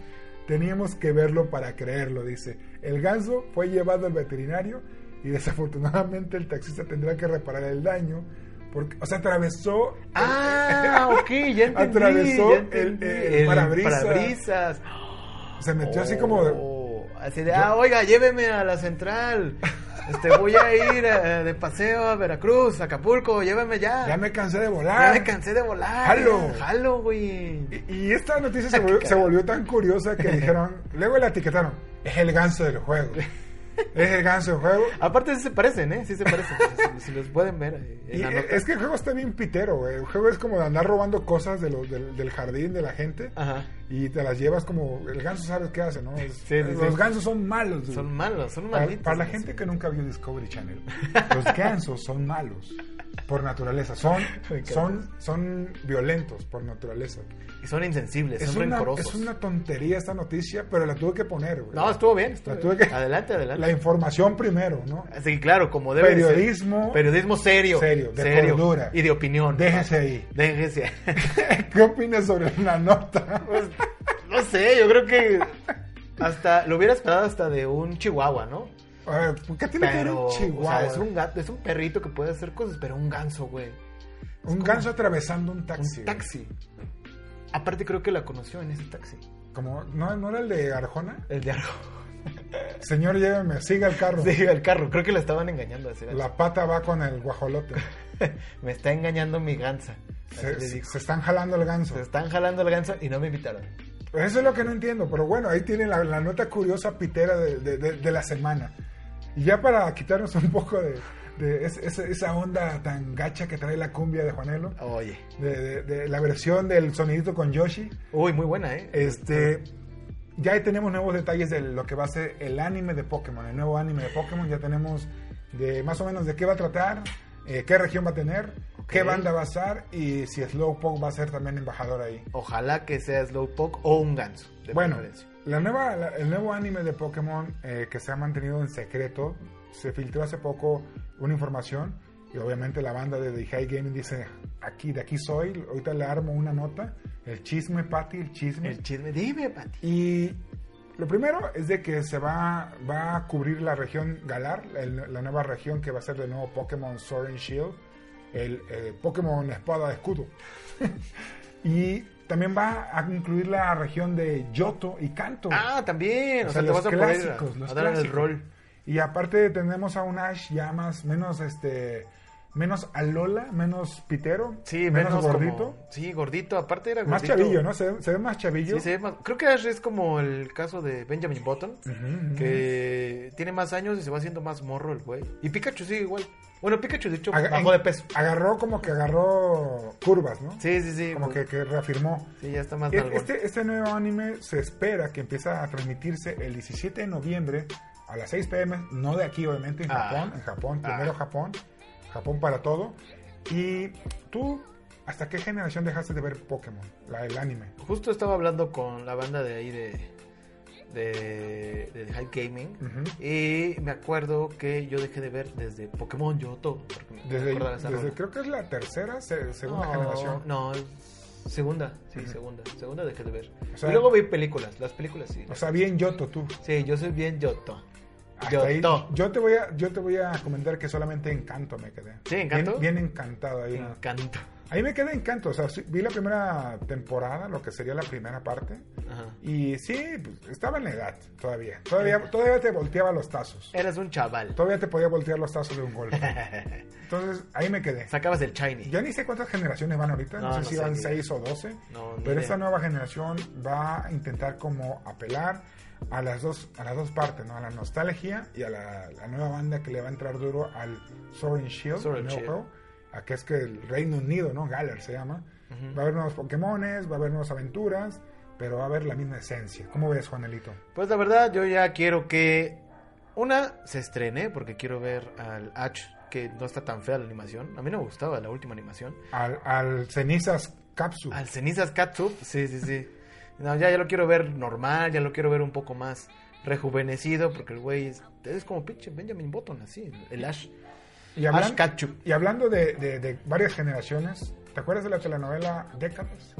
C: Teníamos que verlo para creerlo, dice. El ganso fue llevado al veterinario y desafortunadamente el taxista tendrá que reparar el daño. Porque, o sea, atravesó. el-
D: Ah, ok, ya entendí.
C: Atravesó
D: ya
C: el-
D: entendí.
C: el parabrisas.
D: parabrisas.
C: se metió así como. de-
D: Oh, Así de, ah, oiga, lléveme a la central. Este, voy a ir eh, de paseo a Veracruz, Acapulco, lléveme ya.
C: Ya me cansé de
D: Ya
C: volar.
D: me cansé de volar.
C: Jalo.
D: Jalo, güey.
C: Y- Y esta noticia se volvió, se volvió tan curiosa que dijeron, luego la etiquetaron, es el ganso del juego. Es el ganso del juego.
D: Aparte sí se parecen, ¿eh? Sí se parecen. si, si los pueden ver. eh, en
C: Y
D: la
C: e-
D: nota.
C: es que el juego está bien pitero, güey. El juego es como de andar robando cosas de los- del, del jardín de la gente
D: Ajá.
C: y te las llevas como... El ganso sabe qué hace, ¿no? Es-
D: Ah. Sí, sí,
C: los
D: sí.
C: gansos son malos. güey.
D: Son malos, son
C: Para-
D: malitos.
C: Para la
D: no
C: gente
D: sé.
C: que nunca vio Discovery Channel, los gansos son malos por naturaleza. Son,
D: Me encanta.
C: son, son violentos por naturaleza.
D: Y son insensibles,
C: Es
D: son
C: una,
D: rencorosos.
C: es una tontería esta noticia, pero la tuve que poner, güey.
D: No, estuvo bien. estuvo
C: La tuve
D: bien.
C: que-
D: Adelante, adelante.
C: La información primero, ¿no?
D: Sí, claro, como debe de ser.
C: Periodismo-
D: Periodismo serio.
C: serio, de cordura.
D: Y de opinión.
C: Déjese ahí.
D: Déjese.
C: ¿Qué opinas sobre la nota?
D: Pues, no sé, yo creo que hasta lo hubiera esperado hasta de un chihuahua, ¿no?
C: A ver, ¿por ¿qué tiene que ver
D: Pero
C: un chihuahua?
D: o sea, es un gato, es un perrito que puede hacer cosas, pero un ganso, güey.
C: Un ganso atravesando un taxi.
D: Un taxi. Aparte creo que la conoció en ese taxi.
C: Como, ¿no, ¿No era el de Arjona?
D: El de
C: Señor, lléveme, siga el carro.
D: Sí, el carro, creo que la estaban engañando así era.
C: La pata va con el guajolote.
D: Me está engañando mi gansa. Así
C: Se,
D: le
C: se-
D: dijo.
C: se están jalando el ganso.
D: Se están jalando el ganso y no me invitaron.
C: Pues Eso es lo que no entiendo, pero bueno, ahí tienen la, la nota curiosa pitera de, de- de- de la semana. Y ya para quitarnos un poco de, de es- es- esa onda tan gacha que trae la cumbia de Juanelo,
D: Oye.
C: de, de- de la versión del sonidito con Yoshi,
D: Uy, muy buena, ¿eh?
C: este, ya ahí tenemos nuevos detalles de lo que va a ser el anime de Pokémon, el nuevo anime de Pokémon, ya tenemos de más o menos de qué va a tratar, eh, qué región va a tener, qué banda va a estar y si Slowpoke va a ser también embajador ahí.
D: Ojalá que sea Slowpoke o un ganso. de
C: Bueno,
D: preferencia.
C: la nueva, la- el nuevo anime de Pokémon eh, que se ha mantenido en secreto, se filtró hace poco una información y obviamente la banda de The High Gaming dice, aquí, de aquí soy, ahorita le armo una nota, el chisme, Patty, el chisme.
D: El chisme. Dime, Pati.
C: y lo primero es de que se va, va a cubrir la región Galar, el- la nueva región que va a ser de nuevo Pokémon Sword and Shield, el eh, Pokémon Espada de Escudo. y también va a incluir la región de Yoto y Kanto.
D: Ah, también. O,
C: O sea,
D: sea, te
C: los
D: vas a poder
C: clásicos,
D: a-
C: los
D: a dar el
C: clásicos.
D: rol.
C: Y aparte tenemos a un Ash ya más, menos este, menos Alola, menos Pitero,
D: Sí, menos, como-
C: gordito,
D: sí, gordito. Aparte era
C: más
D: gordito.
C: chavillo, ¿no? Se, ve- se ve más chavillo.
D: Sí, se ve más- Creo que Ash es como el caso de Benjamin Button, que tiene más años y se va haciendo más morro el güey. Y Pikachu sigue igual. Bueno, Pikachu de hecho
C: Aga-
D: bajó de peso.
C: Agarró como que agarró curvas, ¿no?
D: Sí, sí, sí.
C: Como que,
D: güey.
C: que reafirmó.
D: Sí, ya está más
C: E-
D: nalgón.
C: Este, este nuevo anime se espera que empiece a transmitirse el 17 de noviembre a las 6 pm, no de aquí obviamente, en
D: Ah.
C: Japón, en Japón,
D: Ah.
C: primero Japón, Japón para todo. Y tú, ¿hasta qué generación dejaste de ver Pokémon, la, el anime?
D: Justo estaba hablando con la banda de ahí de de, de Hype Gaming
C: Ujú.
D: y me acuerdo que yo dejé de ver desde Pokémon Yoto. porque me
C: Desde,
D: acordaba esa
C: desde-
D: rola.
C: creo que es la tercera, se- segunda
D: No,
C: generación.
D: No, segunda, sí, segunda, segunda dejé de ver.
C: O sea-
D: y luego vi películas, las películas sí.
C: O sea, bien Yoto tú.
D: Sí, yo soy bien Yoto.
C: Hasta ahí.
D: Yoto.
C: yo te voy a yo te voy a comentar que solamente encanto me quedé.
D: Sí, Encanto.
C: Bien, bien encantado ahí.
D: Me encanta.
C: Ahí me quedé encanto, o sea, sí, vi la primera temporada, lo que sería la primera parte,
D: Ajá.
C: y sí, pues, estaba en la edad todavía. Todavía todavía te volteaba los tazos.
D: Eras un chaval.
C: Todavía te podía voltear los tazos de un golpe. Entonces, ahí me quedé.
D: Sacabas el shiny.
C: Yo ni sé cuántas generaciones van ahorita, no,
D: No,
C: sé
D: no
C: si
D: sé,
C: van
D: ni
C: 6 o 12,
D: No, ni
C: pero
D: idea.
C: esta nueva generación va a intentar como apelar a las dos, a las dos partes, ¿no? a la nostalgia y a la, la nueva banda que le va a entrar duro al Sword and Shield,
D: Sword
C: el nuevo
D: and Shield.
C: juego, a que es que el Reino Unido, ¿no? Galar se llama. Va a haber nuevos Pokémones, va a haber nuevas aventuras, pero va a haber la misma esencia. ¿Cómo ves, Juanelito?
D: Pues la verdad, yo ya quiero que una se estrene porque quiero ver al H que no está tan fea la animación. A mí no me gustaba la última animación.
C: Al, al Cenizas Capsule.
D: Al cenizas Katsup, sí, sí, sí. No, ya, ya lo quiero ver normal, ya lo quiero ver un poco más rejuvenecido, porque el güey es, es como pinche Benjamin Button, así, el Ash.
C: Y, hablan-
D: Ash Ketchum.
C: y hablando de, de- de varias generaciones, ¿te acuerdas de la telenovela Décadas?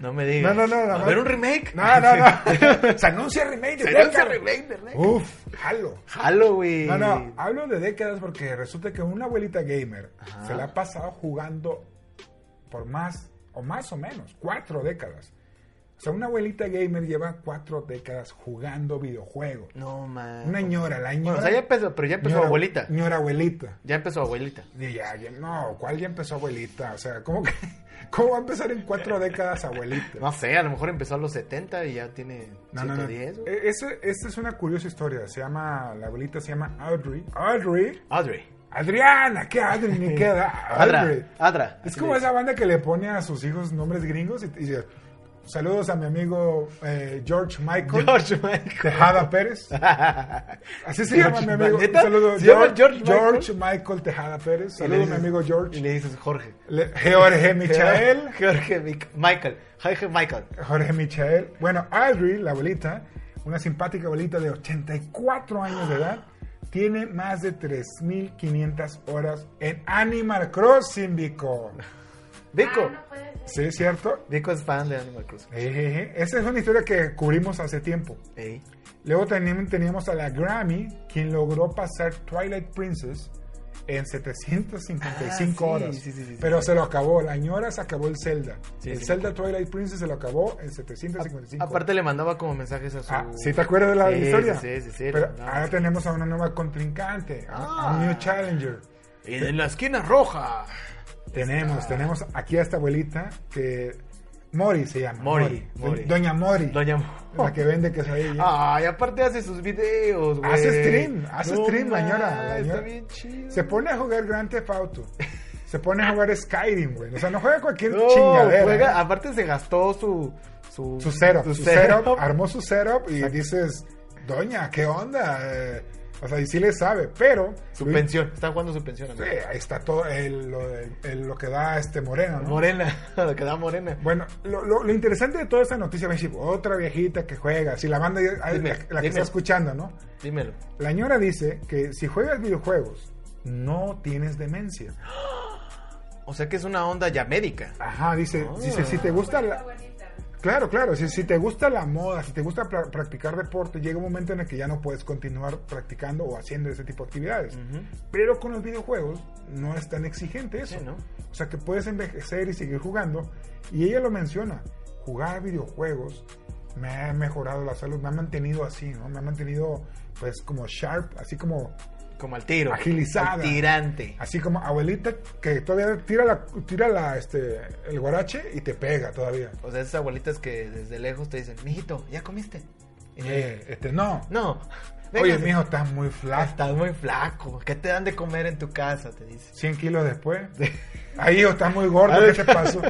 D: No me digas.
C: No, no, no,
D: ¿Va
C: no.
D: a ver un remake?
C: No, no, no. Se anuncia remake de
D: Se anuncia
C: décadas.
D: remake de Rec.
C: Uf, jalo.
D: Halloween.
C: No, no, hablo de décadas porque resulta que una abuelita gamer
D: Ajá.
C: se la ha pasado jugando por más, o más o menos, cuatro décadas. O sea, una abuelita gamer lleva cuatro décadas jugando videojuegos.
D: No, man.
C: Una ñora, la ñora.
D: Bueno, o sea, ya empezó, pero ya empezó
C: ñora-
D: abuelita.
C: ñora abuelita.
D: Ya empezó abuelita.
C: Y ya, ya- no, ¿cuál ya empezó abuelita? O sea, ¿cómo, que, ¿cómo va a empezar en cuatro décadas abuelita?
D: No sé, a lo mejor empezó a los 70 y ya tiene
C: No, no, no.
D: 110. güey.
C: E- ese- esta es una curiosa historia. Se llama, la abuelita se llama Audrey. Audrey.
D: Audrey.
C: Adriana, ¿qué Audrey? Ni queda. Audrey.
D: Adra. Adra.
C: Es
D: Así
C: como
D: le
C: esa banda que le pone a sus hijos nombres gringos y, y dice, saludos a mi amigo eh, George Michael.
D: dicen. George Michael.
C: Tejada Pérez. Así se llama
D: George
C: mi amigo. Un
D: ¿Neta?
C: saludo.
D: ¿Se llama George Michael?
C: George Michael Tejada Pérez.
D: Y le
C: Saludos a mi
D: dices-
C: amigo
D: Y
C: George.
D: le dices Jorge.
C: Le- Jorge Michael.
D: Jorge Mic- Michael. Jorge Michael.
C: Jorge Michael. Bueno, Audrey, la abuelita, una simpática abuelita de 84 años de edad, tiene más de 3.500 horas en Animal Crossing, Vico.
D: Vico.
C: ¿Sí es cierto?
D: Vico es fan de Animal Crossing.
C: Ejeje. Esa es una historia que cubrimos hace tiempo.
D: Ey.
C: Luego tenim- teníamos a la Grammy, quien logró pasar Twilight Princess en 755
D: Ah, sí,
C: horas.
D: sí, sí, sí, sí.
C: pero se lo acabó. La ñora se acabó el Zelda.
D: Sí,
C: el
D: sí.
C: Zelda Twilight Princess se lo acabó en 755 horas.
D: Aparte le mandaba como mensajes a su...
C: Ah, ¿sí te acuerdas de la
D: Sí,
C: historia?
D: sí, sí, sí,
C: Pero ah,
D: no,
C: ahora
D: sí.
C: tenemos a una nueva contrincante, a, a
D: Ah.
C: un new challenger.
D: Y de la esquina roja.
C: Tenemos, tenemos aquí a esta abuelita que Mori se llama.
D: Mori,
C: Do-
D: Mori. Ah.
C: Doña Mori.
D: Doña...
C: La que vende quesadillas.
D: Ay, aparte hace sus videos, güey.
C: Hace stream, hace
D: No
C: stream, la
D: más,
C: ñora, la
D: Está
C: ñora.
D: bien chido.
C: Se pone a jugar Grand Theft Auto. Se pone a jugar Skyrim, güey. O sea, no juega cualquier
D: No,
C: chingadera.
D: juega-
C: ¿eh?
D: aparte se gastó su... Su,
C: Su setup, su
D: setup.
C: setup, armó su setup y dices, Doña, ¿qué onda? Eh, o sea, y sí le sabe, pero...
D: Su
C: Luis-
D: pensión. Está jugando su pensión,
C: Sí,
D: amigo.
C: Eh, ahí está todo el- lo, de- el- lo que da este Moreno, ¿no?
D: Morena. lo que da morena.
C: Bueno, lo, lo- lo interesante de toda esa noticia, ves, tipo, otra viejita que juega, si la banda, ya- la-
D: Dime,
C: la, que
D: dime.
C: está escuchando, ¿no?
D: Dímelo.
C: La ñora dice que si juegas videojuegos, no tienes demencia.
D: O sea que es una onda ya médica.
C: Ajá, dice,
D: Ah.
C: dice, si te gusta la... Claro, claro, si, si te gusta la moda, si te gusta pra- practicar deporte, llega un momento en el que ya no puedes continuar practicando o haciendo ese tipo de actividades. Pero con los videojuegos no es tan exigente eso.
D: Sí, ¿no?
C: O sea que puedes envejecer y seguir jugando. Y ella lo menciona, jugar videojuegos me ha mejorado la salud, me ha mantenido así, ¿no? Me ha mantenido pues como sharp, así como
D: Como al tiro.
C: Agilizada.
D: Al tirante.
C: así como abuelita que todavía tira la tira la este el guarache y te pega todavía.
D: O sea, esas abuelitas que desde lejos te dicen, mijito, ¿ya comiste? Y yo,
C: Eh, este no.
D: No.
C: Oye,
D: véngase".
C: mijo, estás muy flaco.
D: Estás muy flaco. ¿Qué te dan de comer en tu casa? Te dice.
C: 100 kilos después. Ahí hijo, estás muy gordo, ¿qué te pasó?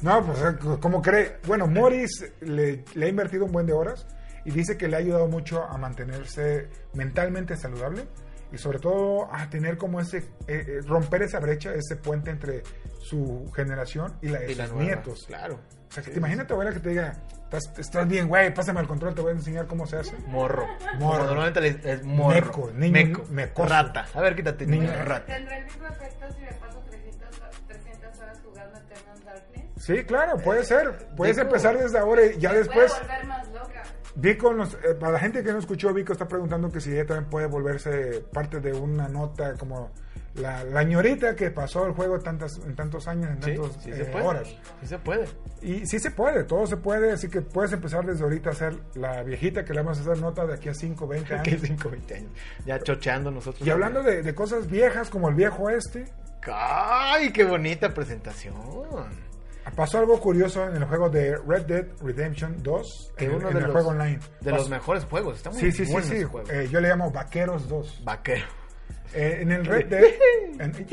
C: No, pues, ¿cómo cree? Bueno, Morris le, le ha invertido un buen de horas y dice que le ha ayudado mucho a mantenerse mentalmente saludable y sobre todo a tener como ese, eh, eh, romper esa brecha, ese puente entre su generación y la de
D: Y la
C: sus
D: nueva,
C: nietos.
D: Claro.
C: O sea, que te imagina a tu abuela que te diga, estás, estás bien, güey, pásame el control, te voy a enseñar cómo se hace.
D: Morro.
C: Morro.
D: Como Normalmente le es morro.
C: Meco, niño
D: Meco.
C: mecoso.
D: Rata. A ver, quítate. Niño
C: Niño
D: rata.
F: ¿Tendrá el mismo efecto si me paso 300, ho- 300 horas jugando Eternal Darkness?
C: Sí, claro, puede ser. Puedes
D: Digo-
C: empezar desde ahora y ya después...
F: Puedo volver más loca.
C: Vico, nos- eh, para la gente que no escuchó, Vico está preguntando que si ella también puede volverse parte de una nota como la, la ñorita que pasó el juego tantas, en tantos años, en
D: Sí,
C: tantas
D: sí se puede.
C: horas.
D: Sí se puede.
C: Y sí se puede, todo se puede, así que puedes empezar desde ahorita a ser la viejita que le vamos a hacer nota de aquí a 5, 20 años.
D: Que 5, 20 años. Ya chocheando nosotros.
C: Y hablando de, de cosas viejas como el viejo este,
D: ¡Ay, qué bonita presentación!
C: pasó algo curioso en el juego de Red Dead Redemption 2,
D: Que
C: en, el-
D: uno
C: en
D: de
C: el
D: los,
C: juego online.
D: De
C: Pasó-
D: los mejores juegos. Está muy
C: Sí, sí, sí,
D: bueno
C: sí.
D: ese juego.
C: eh, yo le llamo Vaqueros 2.
D: Vaquero.
C: Eh, en el Red Dead, en,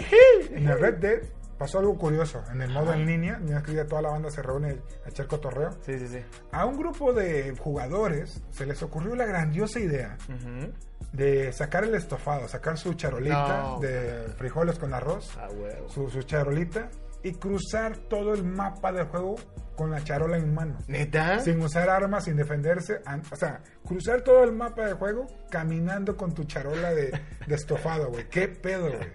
C: en el Red Dead pasó algo curioso. En el modo en línea, ya que ya toda la banda se reúne a echar cotorreo.
D: Sí, sí, sí.
C: A un grupo de jugadores se les ocurrió la grandiosa idea
D: Ujú.
C: de sacar el estofado, sacar su charolita
D: No.
C: de frijoles con arroz,
D: Ah, huevo.
C: su, su charolita, y cruzar todo el mapa del juego con la charola en mano.
D: ¿Neta?
C: Sin usar armas, sin defenderse. an- O sea, cruzar todo el mapa del juego caminando con tu charola de, de estofado, güey. ¿Qué pedo, güey?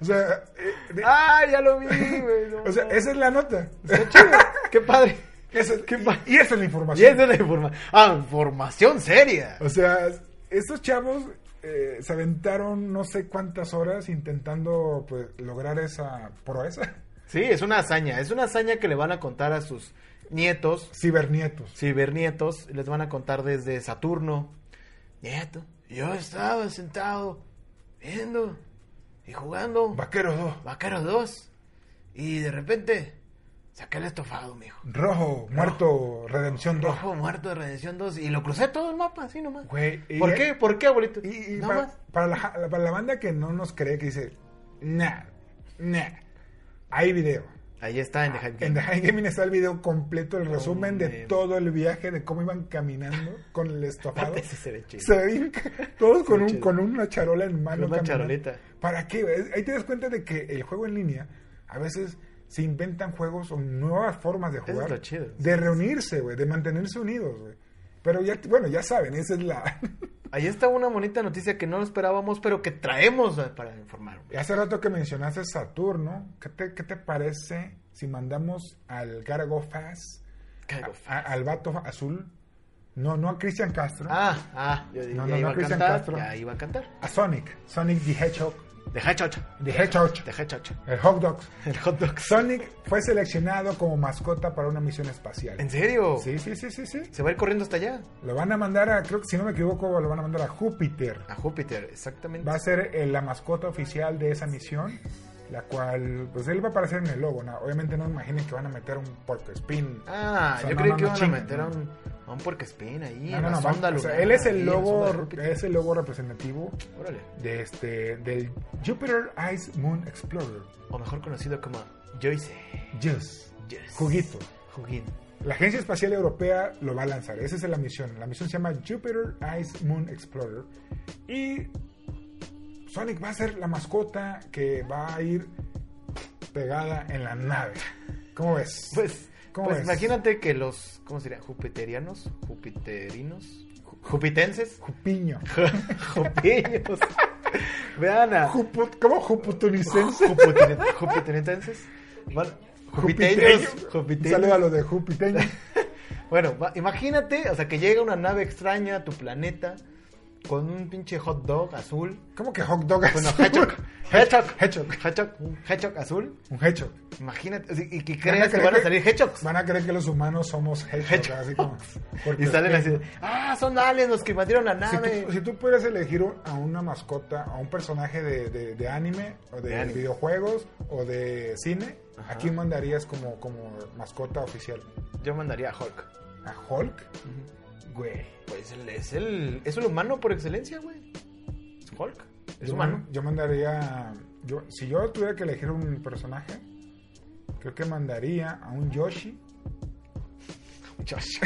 C: O sea, eh, de-
D: ¡Ah, ya lo vi, güey! no
C: o sea,
D: mames.
C: esa es la nota.
D: Está chido. ¡Qué padre!
C: Esa-
D: ¿Qué pa-
C: y esa es la
D: Y
C: información.
D: es de la informa- ah, información seria.
C: O sea, estos chavos eh, se aventaron no sé cuántas horas intentando pues, lograr esa proeza.
D: Sí, es una hazaña. Es una hazaña que le van a contar a sus nietos,
C: Cibernietos.
D: cibernietos. Les van a contar desde Saturno. Nieto, yo estaba sentado viendo y jugando
C: Vaqueros 2.
D: Vaqueros 2. Y de repente saqué el estofado, mijo.
C: Rojo, muerto, redención 2.
D: Rojo, muerto de redención 2. Y lo crucé todo el mapa, así nomás. eh?
C: Güey, y-
D: ¿Por qué? ¿Por qué, abuelito?
C: Y, y
D: Nada
C: para,
D: más.
C: para la, ja- para la banda que no nos cree, que dice, nah, nah, hay video.
D: Ahí está en The Hype
C: En The
D: Game.
C: High Gaming está el video completo, el resumen de
D: Hombre.
C: todo el viaje, de cómo iban caminando con el estofado.
D: Aparte, sí se ve chido.
C: Se ve bien ca- todos con, un,
D: chido.
C: con una charola en mano.
D: Con una
C: caminando.
D: charolita.
C: ¿Para qué? güey? Ahí te das cuenta de que el juego en línea, a veces se inventan juegos o nuevas formas de
D: es
C: jugar.
D: lo chido.
C: De reunirse, güey, de mantenerse unidos, güey. Pero ya, bueno, ya saben, esa es la...
D: Ahí está una bonita noticia que no lo esperábamos, pero que traemos eh, para informar.
C: Y Hace rato que mencionaste Saturno, ¿qué te, qué te parece si mandamos al Gargo Faz,
D: Cago.
C: a- al vato azul? No, no a Cristian Castro,
D: Ah, ah, yo dije,
C: No,
D: ya
C: no,
D: iba
C: no,
D: a
C: Cristian
D: cantar,
C: Castro.
D: ya iba a cantar.
C: a Sonic, Sonic the Hedgehog,
D: Deja chocho,
C: the Hedgehog,
D: deja chocho.
C: el Hot Dog.
D: El hot dog.
C: Sonic fue seleccionado como mascota para una misión espacial.
D: ¿En serio?
C: Sí, sí, sí, sí, sí.
D: Se va a ir corriendo hasta allá,
C: Lo van a mandar a, creo que si no me equivoco, lo van a mandar a Júpiter.
D: a Júpiter, exactamente.
C: Va a ser eh, la mascota oficial de esa misión, la cual, pues él va a aparecer en el logo. ¿no? Obviamente no imaginen que van a meter un porco spin.
D: Ah,
C: O sea,
D: yo
C: no,
D: creí
C: no,
D: que
C: no
D: iban a
C: chinguen,
D: meter a
C: ¿no?
D: un, a un porquespín ahí,
C: No,
D: en
C: no,
D: la
C: no,
D: sonda
C: va- o sea,
D: lunar,
C: él es
D: ahí
C: el
D: en la
C: logo,
D: sonda de Júpiter.
C: es el logo representativo
D: Órale.
C: de este del Jupiter Ice Moon Explorer.
D: O mejor conocido como Joyce.
C: Yes.
D: Yes.
C: Juguito.
D: Juguín.
C: La Agencia Espacial Europea lo va a lanzar. Esa es la misión. La misión se llama Jupiter Ice Moon Explorer. Y Sonic va a ser la mascota que va a ir pegada en la nave. ¿Cómo ves?
D: Pues,
C: ¿Cómo
D: pues
C: ves?
D: imagínate que los, ¿cómo sería? Jupiterianos, jupiterinos, ju- jupitenses,
C: Jupiño.
D: jupiños. Vean a
C: Jupu- ¿Cómo? Juputunicense.
D: jupiteren- jupiteritenses. Van- Jupiteños,
C: Un
D: jupiteños.
C: saludo a los de Jupiteño.
D: Bueno, va- imagínate, o sea, que llega una nave extraña a tu planeta con un pinche hot dog azul.
C: ¿Cómo que hot dog
D: Bueno,
C: azul?
D: hedgehog. Hedgehog.
C: Hedgehog.
D: Hedgehog. un hedgehog azul.
C: Un hedgehog.
D: Imagínate, o sea, y que
C: Van a
D: creas que
C: creer
D: van a
C: que-
D: salir hedgehogs.
C: Van a creer que los humanos somos hedgehogs.
D: Hedgehogs.
C: Así como, porque-
D: Y salen así, ah, son aliens los que invadieron la
C: Si
D: nave.
C: tú, si tú pudieras elegir un- a una mascota, a un personaje de, de- de anime, o de,
D: De anime.
C: videojuegos, o de cine,
D: Ajá.
C: ¿a quién mandarías como, como mascota oficial?
D: Yo mandaría a Hulk.
C: ¿A Hulk? Güey.
D: Pues él es el, es el humano por excelencia, güey. Es Hulk. Es
C: Yo,
D: humano.
C: man- yo mandaría. Yo, si yo tuviera que elegir un personaje, creo que mandaría a un Yoshi.
D: Josh.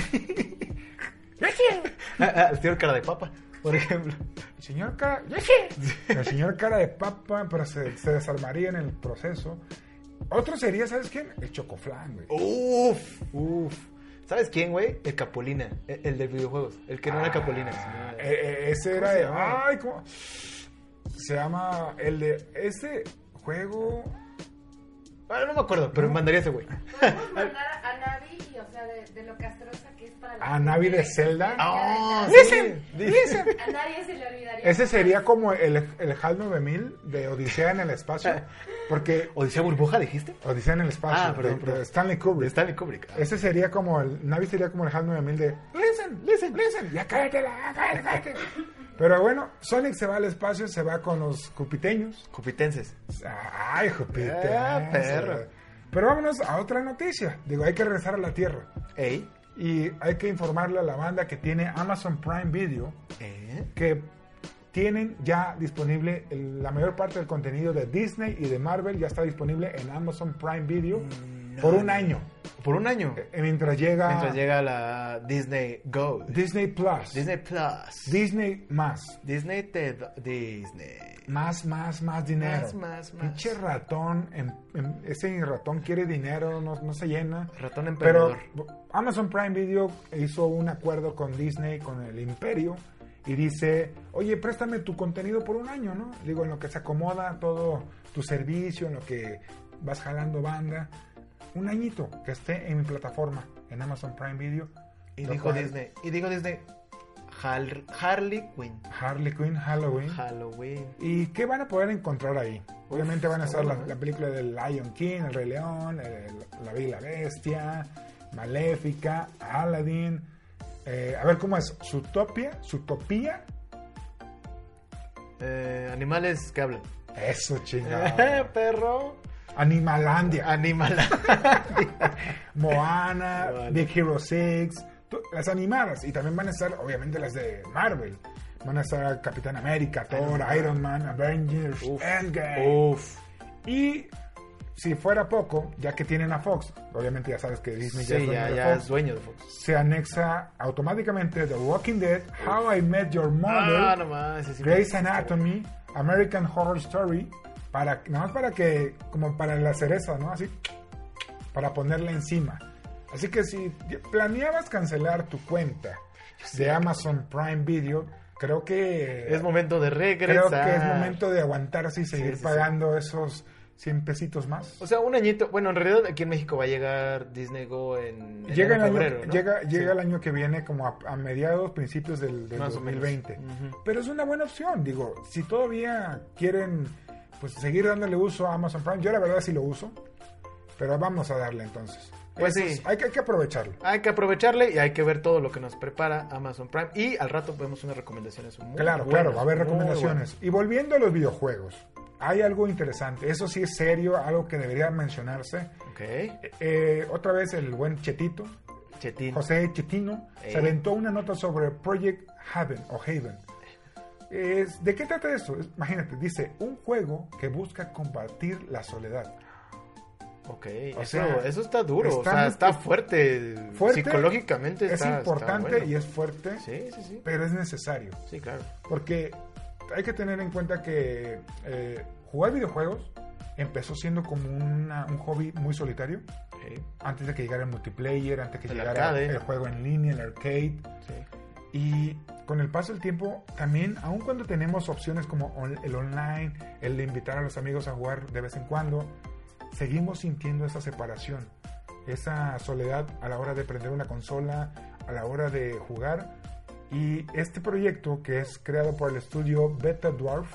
D: Ah, ah, El señor cara de papa, por ejemplo.
C: El señor cara. El señor cara de papa, pero se, se desarmaría en el proceso. Otro sería, ¿sabes quién? El Chocoflan, güey.
D: Uf, uf. ¿Sabes quién, güey? El Capulina, el, el de videojuegos. El que no era Capulina.
C: Ah,
D: sino-
C: eh, eh, ese
D: ¿Cómo
C: era
D: se
C: de.
D: llama?
C: Ay, ¿cómo? Se llama. El de. Ese juego.
D: Ah, no me acuerdo, pero mandaría a ese güey.
F: Podemos mandar a- a Navi y, o sea, de, de lo castrosa que es para la
C: A Navi ah, de Zelda.
D: Ah,
F: Ah,
D: sí. Dice-
F: A nadie se le olvidaría.
C: Ese sería como el, el HAL 9000 de Odisea en el espacio. Porque.
D: ¿Odisea Burbuja dijiste?
C: Odisea en el espacio.
D: Ah, perdón,
C: de-
D: perdón.
C: de Stanley
D: De
C: Kubrick.
D: Stanley Kubrick. Ah.
C: Ese sería como el. Navi sería como el HAL 9000 de. Listen, listen, listen. Ya cállate, la- cállate, cállate. Pero bueno, Sonic se va al espacio, se va con los cupiteños.
D: Jupitenses.
C: Ay, Júpiter.
D: Ah, perro.
C: Pero vámonos a otra noticia. Digo, hay que regresar a la Tierra.
D: Ey.
C: Y hay que informarle a la banda que tiene Amazon Prime Video
D: ¿Eh?
C: que tienen ya disponible el- la mayor parte del contenido de Disney y de Marvel ya está disponible en Amazon Prime Video por un año.
D: Mm, Por un año.
C: Eh, Mientras llega,
D: Mientras llega la Disney Go.
C: Disney Plus, Disney,
D: Disney Plus.
C: más,
D: Disney te do- Disney.
C: más, más, más dinero.
D: Más, más, más.
C: Pinche ratón, em- em- ese ratón quiere dinero, no, no se llena.
D: Ratón
C: Pero
D: emprendedor.
C: Amazon Prime Video hizo un acuerdo con Disney, con el Imperio, y dice, oye, préstame tu contenido por un año, ¿no? Digo, en lo que se acomoda todo tu servicio, en lo que vas jalando banda. un añito que esté en mi plataforma, en Amazon Prime Video.
D: Y
C: Lo
D: dijo
C: cual-
D: Disney, y dijo Disney, Har- Harley Quinn.
C: Harley Quinn, Halloween.
D: Halloween.
C: ¿Y qué van a poder encontrar ahí? Obviamente van a
D: está
C: estar la,
D: bueno, ¿eh?
C: la película del Lion King, El Rey León, el- La Bella y la Bestia, Maléfica, Aladdin. eh, a ver cómo es, Zootopia, Zootopia.
D: Eh, animales que hablan.
C: Eso,
D: Eh,
C: chingada.
D: perro. Ah.
C: Animalandia,
D: Animal.
C: Moana,
D: Moana.
C: Big Hero 6, to- las animadas. Y también van a estar, obviamente, las de Marvel. Van a estar Capitán América, Thor, Iron, Man, Avengers,
D: Uf.
C: Endgame.
D: Uf.
C: Y si fuera poco, ya que tienen a Fox, obviamente ya sabes que Disney ya es
D: Sí,
C: dueño
D: ya,
C: de
D: ya
C: Fox,
D: es dueño de Fox.
C: se anexa automáticamente The Walking Dead, How I Met Your Mother,
D: Ah, no más. ese sí me
C: Grey's
D: gusta.
C: Anatomy, American Horror Story, para, nada más para que, como para la cereza, ¿no? Así, para ponerla encima. Así que si planeabas cancelar tu cuenta de Amazon Prime Video, creo que
D: Es momento de
C: creo
D: regresar.
C: que es momento de aguantarse y seguir
D: sí, sí.
C: pagando esos 100 pesitos más.
D: O sea, un añito. Bueno, en realidad aquí en México va a llegar Disney Go en.
C: Llega, el
D: en
C: año,
D: febrero, ¿no?
C: llega,
D: Sí.
C: llega el año que viene como a, a mediados, principios del, del
D: Más o menos.
C: 2020.
D: Ujú.
C: Pero es una buena opción, digo, si todavía quieren pues seguir dándole uso a Amazon Prime, yo la verdad sí lo uso, pero vamos a darle entonces.
D: Pues
C: Eso
D: sí.
C: es- hay, que- hay que aprovecharlo.
D: Hay que aprovecharle y hay que ver todo lo que nos prepara Amazon Prime. Y al rato vemos unas recomendaciones muy
C: Claro,
D: buenas,
C: claro, va a haber
D: muy
C: recomendaciones. Y volviendo a los videojuegos, hay algo interesante, eso sí es serio, algo que debería mencionarse.
D: buenas.
C: Eh, eh, otra vez el buen Chetito,
D: Ok. Chetín.
C: José Chetino
D: Ey.
C: se aventó una nota sobre Project Haven o Haven. Es- ¿De qué trata esto? Es- Imagínate, dice un juego que busca combatir la soledad.
D: Ok,
C: O
D: eso,
C: sea,
D: eso está duro,
C: está
D: o sea,
C: muy-
D: está fuerte,
C: Fuerte,
D: psicológicamente
C: es
D: está, está
C: importante
D: bueno.
C: y es fuerte,
D: Sí, sí, sí,
C: pero es necesario.
D: sí, claro.
C: Porque hay que tener en cuenta que eh, jugar videojuegos empezó siendo como una- un hobby muy solitario.
D: Sí,
C: Antes de que llegara el multiplayer, antes que
D: El
C: llegara
D: arcade.
C: el juego en línea, el arcade.
D: sí.
C: Y con el paso del tiempo, también, aun cuando tenemos opciones como on- el online, el de invitar a los amigos a jugar de vez en cuando, seguimos sintiendo esa separación, esa soledad a la hora de prender una consola, a la hora de jugar. Y este proyecto, que es creado por el estudio Beta Dwarf,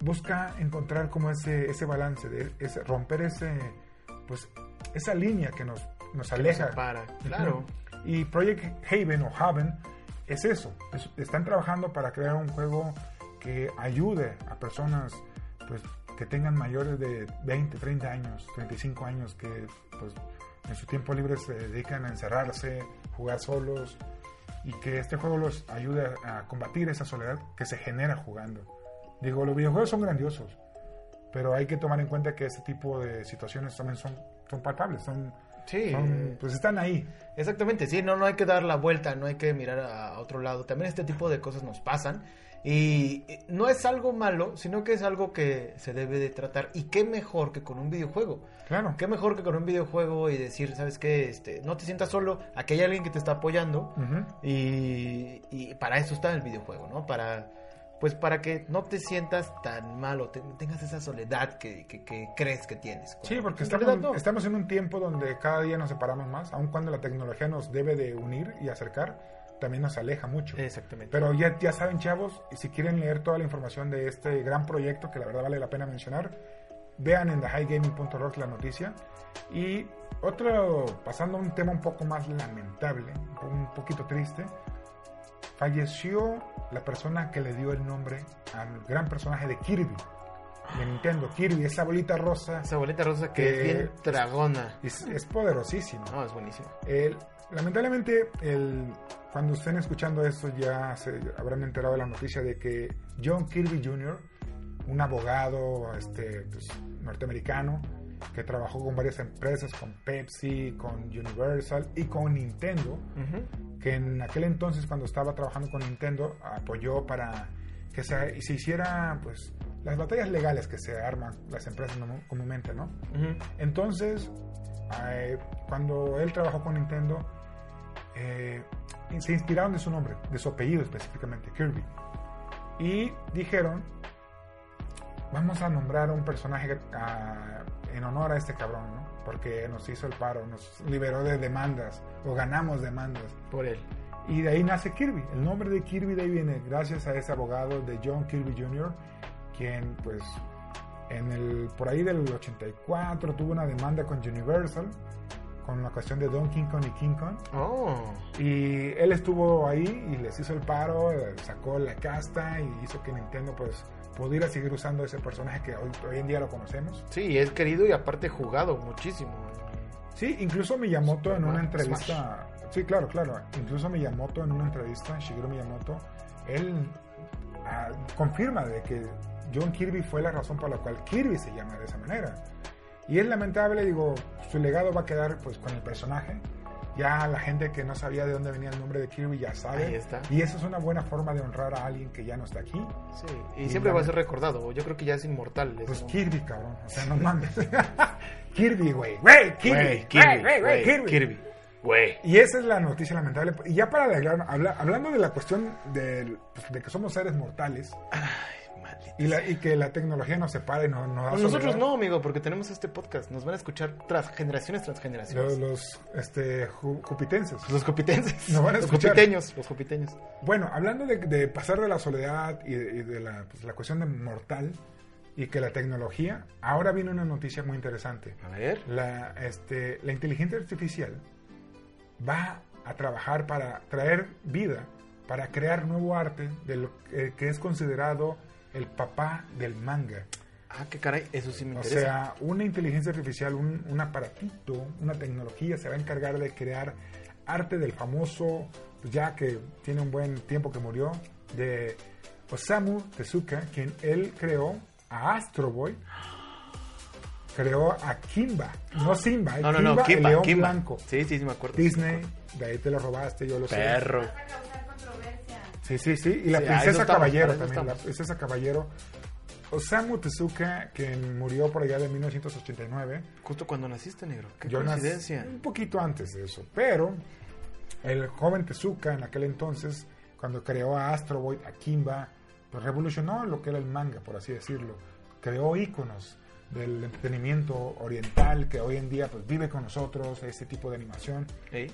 C: busca encontrar como ese, ese balance, de, ese, romper ese, pues, esa línea que nos, nos aleja.
D: Para, claro.
C: Y Project Haven o Haven es eso. es- están trabajando para crear un juego que ayude a personas pues, que tengan mayores de 20, 30 años, 35 años, que pues, en su tiempo libre se dedican a encerrarse, jugar solos, y
D: Mm.
C: que este juego los ayude a a combatir esa soledad que se genera jugando. Digo, los videojuegos son grandiosos, pero hay que tomar en cuenta que este tipo de situaciones también son, son palpables, son,
D: Sí,
C: son- pues están ahí.
D: exactamente, sí, no, no hay que dar la vuelta, no hay que mirar a otro lado. También este tipo de cosas nos pasan y eh, no es algo malo, sino que es algo que se debe de tratar y qué mejor que con un videojuego.
C: Claro.
D: Qué mejor que con un videojuego y decir, ¿sabes qué? Este, no te sientas solo, aquí hay alguien que te está apoyando.
C: Ujú.
D: Y, y para eso está el videojuego, ¿no? Para pues para que no te sientas tan mal o te- tengas esa soledad que, que- que crees que tienes.
C: Sí, porque
D: En
C: estamos,
D: realidad no.
C: estamos en un tiempo donde cada día nos separamos más, aun cuando la tecnología nos debe de unir y acercar, también nos aleja mucho.
D: Exactamente.
C: Pero ya, ya saben, chavos, y si quieren leer toda la información de este gran proyecto, que la verdad vale la pena mencionar, vean en thehighgaming.org la noticia. Y otro, pasando a un tema un poco más lamentable, un po- un poquito triste, falleció la persona que le dio el nombre al gran personaje de Kirby, de Nintendo. Kirby, esa bolita rosa.
D: Esa bolita rosa que
C: Eh,
D: es bien dragona.
C: Es, es poderosísimo.
D: No, es buenísimo.
C: El- lamentablemente, el- cuando estén escuchando esto ya se habrán enterado de la noticia de que John Kirby Jr., un abogado este, pues, norteamericano que trabajó con varias empresas, con Pepsi, con Universal y con Nintendo, que en aquel entonces cuando estaba trabajando con Nintendo apoyó para que se, se hiciera pues las batallas legales que se arman las empresas no- comúnmente, ¿no?
D: Ujú.
C: Entonces, eh, cuando él trabajó con Nintendo, eh, se inspiraron de su nombre, de su apellido específicamente, Kirby. Y dijeron, vamos a nombrar a un personaje ah, en honor a este cabrón, ¿no? porque nos hizo el paro, nos liberó de demandas o ganamos demandas.
D: Por él.
C: Y de ahí nace Kirby. El nombre de Kirby de ahí viene gracias a ese abogado de John Kirby Jr., quien pues en el, por ahí del 84 tuvo una demanda con Universal, con la cuestión de Donkey Kong y King Kong.
D: Oh.
C: Y él estuvo ahí y les hizo el paro, eh, sacó la casta y hizo que Nintendo pues pudiera seguir usando ese personaje que hoy, hoy en día lo conocemos.
D: Sí, es querido y aparte jugado muchísimo.
C: Sí, incluso Miyamoto en una
D: Superman,
C: entrevista. Sí, claro, claro. Incluso Miyamoto en una entrevista, Shigeru Miyamoto, él ah, confirma de que John Kirby fue la razón por la cual Kirby se llama de esa manera. Y es lamentable, digo, su legado va a quedar pues con el personaje. Ya la gente que no sabía de dónde venía el nombre de Kirby ya sabe.
D: Ahí está.
C: Y eso es una buena forma de honrar a alguien que ya no está aquí.
D: Sí,
C: Y
D: y siempre va a
C: la-
D: ser recordado. Yo creo que ya es inmortal. ese
C: Pues
D: nombre.
C: Kirby, cabrón. O sea, no mames. Kirby, güey. Güey, Kirby.
D: Güey,
C: Güey, güey, güey,
D: güey, Kirby. Güey.
C: Y esa es la noticia lamentable. Y ya para alegrar, habla- hablando de la cuestión del- pues, de, que somos seres mortales
D: Maldito.
C: y, la- y que la tecnología nos separa y no- nos da
D: Pues Nosotros
C: soledad.
D: no, amigo, porque tenemos este podcast. Nos van a escuchar tras generaciones tras
C: Los,
D: generaciones.
C: los, este, ju- jupitenses.
D: Los copitenses.
C: Nos van a
D: los
C: escuchar.
D: copiteños. Los copiteños.
C: Bueno, hablando de, de pasar de la soledad y de, y de la, pues, la cuestión de mortal y que la tecnología, ahora viene una noticia muy interesante.
D: A ver.
C: La, este, la inteligencia artificial va a trabajar para traer vida, para crear nuevo arte de lo que, que es considerado el papá del manga.
D: Ah, qué caray. Eso sí me
C: O
D: interesa.
C: sea, una inteligencia artificial, un, un aparatito, una tecnología se va a encargar de crear arte del famoso, pues ya que tiene un buen tiempo que murió, de Osamu Tezuka, quien él creó a Astro Boy, creó a Kimba, no Simba,
D: no, no,
C: Kimba,
D: no. Kimba.
C: el león
D: Kimba.
C: blanco.
D: Sí, sí, sí, me acuerdo.
C: Disney, de ahí te lo robaste, yo lo sé.
D: Perro.
F: Vas a causar controversia.
C: Sí, sí, sí. Y la
D: Sí, ahí no
C: princesa
D: estamos,
C: caballero
D: ahí no
C: también. La
D: estamos.
C: princesa caballero. Osamu Tezuka, que murió por allá de 1989.
D: Justo cuando naciste, negro. Qué
C: Yo nací
D: coincidencia.
C: un poquito antes de eso. Pero el joven Tezuka en aquel entonces, cuando creó a Astro Boy, a Kimba, pues revolucionó lo que era el manga, por así decirlo. Creó íconos del entretenimiento oriental que hoy en día pues, vive con nosotros, este tipo de animación.
D: Ey.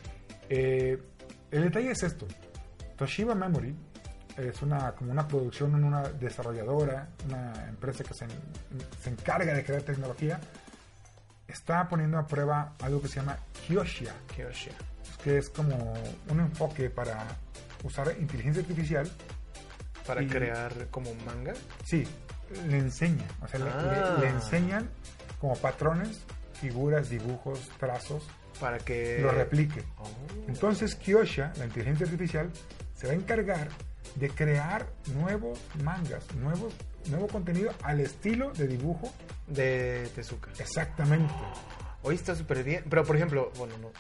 C: Eh, el detalle es esto. Toshiba Memory es una, como una producción en una desarrolladora, una empresa que se, en- se encarga de crear tecnología. Está poniendo a prueba algo que se llama Kyoshia,
D: Qué hostia.
C: que es como un enfoque para usar inteligencia artificial.
D: Para
C: Y-
D: crear como manga.
C: Sí, le enseña, o sea, le-
D: Ah.
C: le- le enseñan como patrones, figuras, dibujos, trazos,
D: Para que.
C: lo replique.
D: Oh.
C: Entonces Kyosha, la inteligencia artificial, se va a encargar de crear nuevos mangas, nuevos, nuevo contenido al estilo de dibujo
D: De Tezuka.
C: exactamente.
D: Hoy está súper bien. Pero, por ejemplo, bueno, no, no,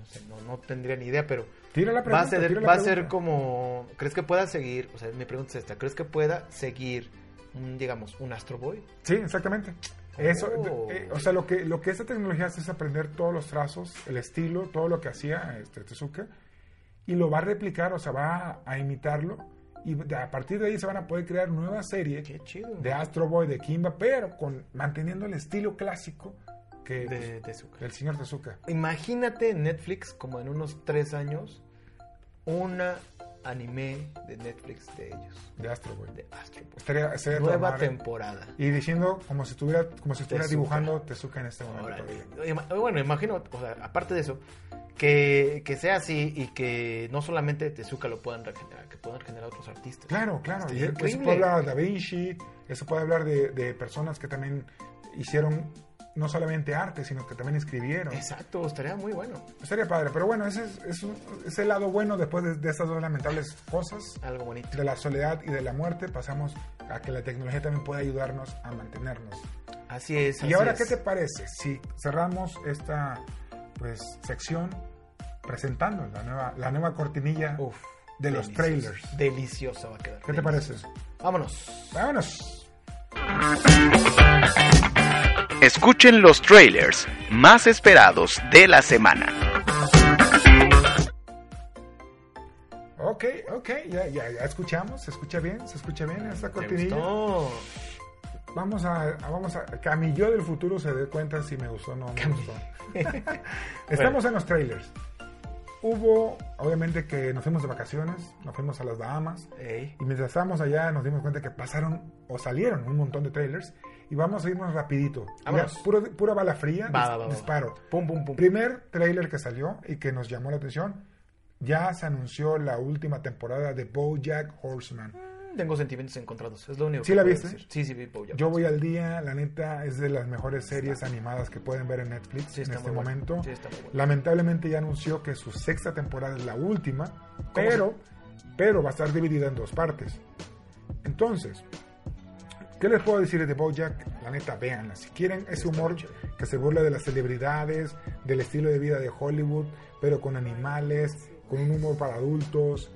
D: no sé, no, no tendría ni idea, pero
C: Tira la
D: va
C: pregunta.
D: a ser,
C: tira la
D: va a ser
C: pregunta.
D: como. ¿Crees que pueda seguir? O sea, mi pregunta es esta: ¿crees que pueda seguir, un, digamos, un Astro Boy?
C: Sí, exactamente. Eso,
D: Oh.
C: eh, o sea, lo que, lo que esta tecnología hace es aprender todos los trazos, el estilo, todo lo que hacía este, Tezuka, y lo va a replicar, o sea, va a imitarlo, y de- a partir de ahí se van a poder crear nuevas series
D: Qué chido.
C: de Astro Boy, de Kimba, pero con, manteniendo el estilo clásico que, pues,
D: de Tezuka.
C: del señor Tezuka.
D: Imagínate en Netflix, como en unos tres años, una anime de Netflix de ellos,
C: De Astro Boy.
D: de Astro Boy.
C: Estaría, estaría toda
D: Nueva
C: madre.
D: temporada.
C: Y diciendo como si estuviera, como si estuviera
D: Tezuka.
C: dibujando Tezuka en este momento.
D: Ahora,
C: todavía.
D: ima- bueno, imagino, o sea, aparte de eso, que, que sea así y que no solamente Tezuka lo puedan regenerar, que puedan generar otros artistas.
C: Claro, claro.
D: Está
C: y eso
D: increíble.
C: puede hablar de Da Vinci, eso puede hablar de, de personas que también hicieron no solamente arte, sino que también escribieron.
D: Exacto, estaría muy bueno.
C: Estaría padre, pero bueno, ese es, es un- es el lado bueno después de, de estas dos lamentables cosas,
D: Algo bonito.
C: de la soledad y de la muerte, pasamos a que la tecnología también puede ayudarnos a mantenernos.
D: Así es.
C: Y
D: así
C: ahora,
D: es.
C: ¿qué te parece si cerramos esta pues sección presentando la nueva, la nueva cortinilla
D: Uf,
C: de los
D: delicioso.
C: trailers?
D: Deliciosa va a quedar.
C: ¿Qué te parece?
D: Vámonos.
C: Vámonos.
E: Escuchen los trailers más esperados de la semana.
C: Ok, ok, ya, ya, ya escuchamos, se escucha bien, se escucha bien esta
D: Me
C: cortinilla.
D: gustó.
C: vamos a, a- vamos a Camillo del futuro se dé cuenta si me gustó o no me gustó. Estamos en los trailers. Hubo, obviamente que nos fuimos de vacaciones, nos fuimos a las Bahamas
D: Ey.
C: y mientras estábamos allá nos dimos cuenta que pasaron o salieron un montón de trailers y vamos a irnos rapidito. Mira,
D: Vámonos.
C: puro- pura bala fría,
D: Va,
C: dis-
D: va, va, va.
C: disparo.
D: Pum, pum, pum.
C: Primer trailer que salió y que nos llamó la atención, ya se anunció la última temporada de BoJack Horseman.
D: Tengo sentimientos encontrados. Es lo único
C: ¿Sí
D: que
C: la
D: puedo
C: viste?
D: decir. Sí, sí, vi Bojack.
C: Yo voy al día, la neta es de las mejores series animadas que pueden ver en Netflix
D: Sí,
C: en
D: está
C: este
D: muy buena.
C: momento.
D: Sí, está muy buena.
C: Lamentablemente ya anunció que su sexta temporada es la última, pero, pero va a estar dividida en dos partes. Entonces, ¿qué les puedo decir de Bojack? La neta, véanla. Si quieren ese humor
D: muy chévere.
C: que se burla de las celebridades, del estilo de vida de Hollywood, pero con animales, con un humor para adultos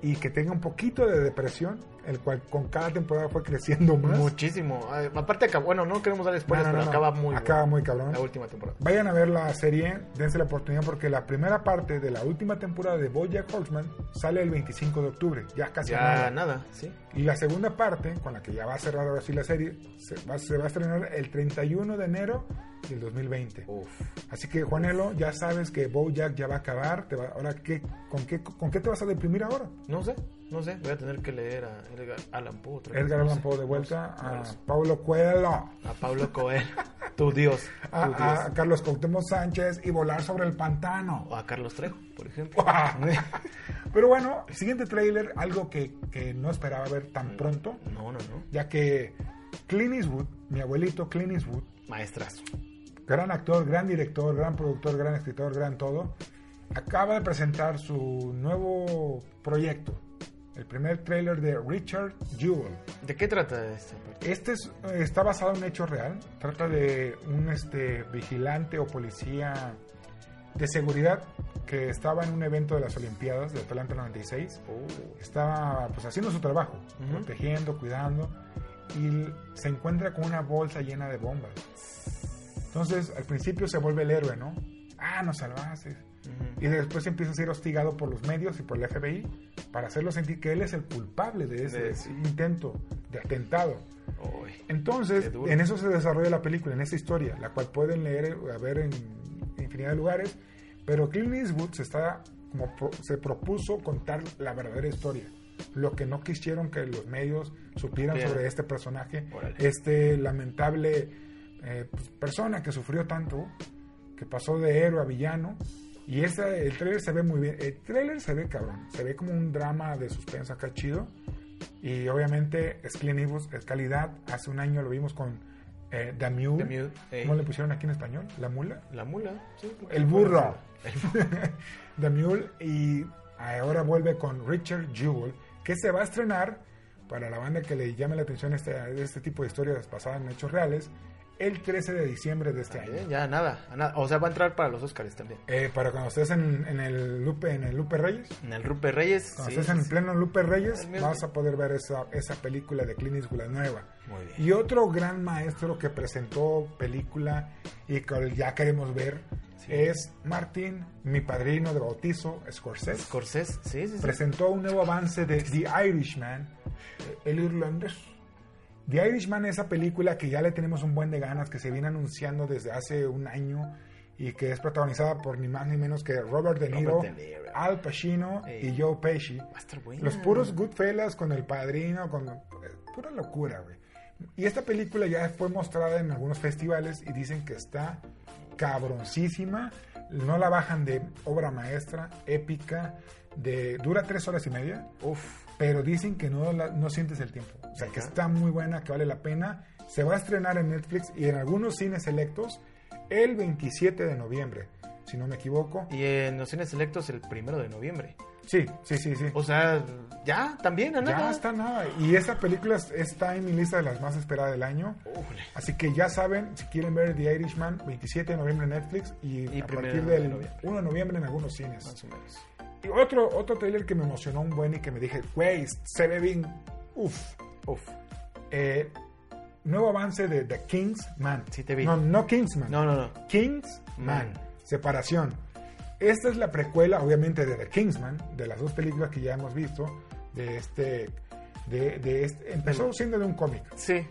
C: y que tenga un poquito de depresión, el cual con cada temporada fue creciendo más.
D: Muchísimo. Ah, Aparte, acabó- bueno, no queremos dar spoilers,
C: No, no, no,
D: pero
C: no.
D: acaba muy
C: Pues, Acaba
D: bueno.
C: muy cabrón.
D: La última temporada.
C: Vayan a ver la serie, dense la oportunidad porque la primera parte de la última temporada de BoJack Horseman sale el 25 de octubre, ya casi a
D: Ya
C: nada.
D: nada, sí.
C: Y la segunda parte, con la que ya va a cerrar ahora sí la serie, se va, se va a estrenar el 31 de enero del 2020.
D: Uf.
C: Así que Juanelo, ya sabes que BoJack ya va a acabar, te va- ahora qué, con qué con qué te vas a deprimir ahora?
D: No sé, no sé. Voy a tener que leer a Edgar Allan Poe otra vez.
C: Edgar
D: No
C: Allan
D: sé,
C: Poe de
D: no
C: vuelta
D: sé, no
C: a
D: sé.
C: Pablo Coelho.
D: A Pablo Coelho. tu Dios. Tu
C: A, a
D: Dios.
C: Carlos Cuauhtémoc Sánchez y volar sobre el pantano.
D: O a Carlos Trejo, por ejemplo.
C: Pero bueno, siguiente tráiler, algo que, que no esperaba ver tan pronto,
D: no, no, no.
C: ya que Clint Eastwood, mi abuelito Clint Eastwood,
D: Maestrazo.
C: gran actor, gran director, gran productor, gran escritor, gran todo, acaba de presentar su nuevo proyecto, el primer tráiler de Richard Jewell.
D: ¿De qué trata esta parte?
C: Este es- está basado en un hecho real, trata de un este, vigilante o policía de seguridad que estaba en un evento de las Olimpiadas de Atlanta 96 estaba pues haciendo su trabajo,
D: Oh. Ujú.
C: protegiendo, cuidando, y l- se encuentra con una bolsa llena de bombas. Entonces, al principio se vuelve el héroe, ¿no? Ah, nos salvaste.
D: Ujú.
C: Y después empieza a ser hostigado por los medios y por el FBI para hacerlo sentir que él es el culpable de ese
D: De- sí.
C: intento de atentado.
D: Uy. Qué
C: Entonces,
D: duro.
C: en eso se desarrolla la película, en esa historia, la cual pueden leer, eh, ver en infinidad de lugares, pero Clint Eastwood se, está, como pro- se propuso contar la verdadera historia. Lo que no quisieron que los medios supieran
D: Supieran.
C: sobre este personaje,
D: Órale.
C: este lamentable eh, pues, persona que sufrió tanto, que pasó de héroe a villano. Y ese, el trailer se ve muy bien. El trailer se ve cabrón. Se ve como un drama de suspenso acá chido. Y obviamente es Clint Eastwood, es calidad. Hace un año lo vimos con eh, The Mule.
D: The Mule, ey.
C: ¿Cómo le pusieron aquí en español? ¿La mula?
D: La mula. sí, creo que
C: El
D: sí.
C: burro.
D: El burro.
C: The Mule. Y ahora vuelve con Richard Jewell, que se va a estrenar para la banda que le llame la atención este, este tipo de historias basadas en hechos reales el 13 de diciembre de este año.
D: También, Eh, ya nada, a nada. O sea, va a entrar para los Oscars también.
C: Eh, para cuando estés en, en el Lupe, en el Lupe Reyes,
D: En el Rupe Reyes.
C: cuando
D: sí,
C: estés en
D: sí,
C: pleno Lupe Reyes,
D: El mismo.
C: vas a poder ver esa, esa película de Clint Eastwood la nueva.
D: Muy bien.
C: Y otro gran maestro que presentó película y que ya queremos ver
D: Sí.
C: es Martín, mi padrino de bautizo, Scorsese.
D: Scorsese, sí, sí, sí.
C: presentó un nuevo avance de The Irishman, eh, el irlandés. The Irishman es esa película que ya le tenemos un buen de ganas, que se viene anunciando desde hace un año y que es protagonizada por ni más ni menos que Robert De Niro,
D: Robert De Niro.
C: Al Pacino
D: Ey.
C: y Joe Pesci.
D: Va a estar buena.
C: Los puros Goodfellas con El Padrino, con eh, pura locura, güey. Y esta película ya fue mostrada en algunos festivales y dicen que está cabroncísima. No la bajan de obra maestra, épica, de dura tres horas y media,
D: Uf,
C: pero dicen que no, la- no sientes el tiempo. O sea, que
D: Ajá.
C: está muy buena, que vale la pena. Se va a estrenar en Netflix y en algunos cines selectos el 27 de noviembre, si no me equivoco.
D: y en los cines selectos el primero de noviembre.
C: Sí, sí, sí, sí.
D: O sea, ya, también, a nada.
C: Ya está nada. Y esa película es- está en mi lista de las más esperadas del año.
D: Ujule.
C: Así que ya saben, si quieren ver The Irishman, 27 de noviembre en Netflix y,
D: Y
C: a
D: primero
C: partir
D: de
C: del
D: noviembre. Ah,
C: 1 de noviembre en algunos
D: Más
C: cines.
D: o menos.
C: Y otro, otro trailer que me emocionó un buen y que me dije, güey, se ve bien. Uf.
D: Uf.
C: Eh, nuevo avance de The Kingsman.
D: Sí, te vi.
C: No, no Kingsman.
D: No, no, no.
C: Kingsman. Mm. Separación. Esta es la precuela, obviamente, de The Kingsman, de las dos películas que ya hemos visto. De este. De, de este empezó siendo de un cómic.
D: Sí.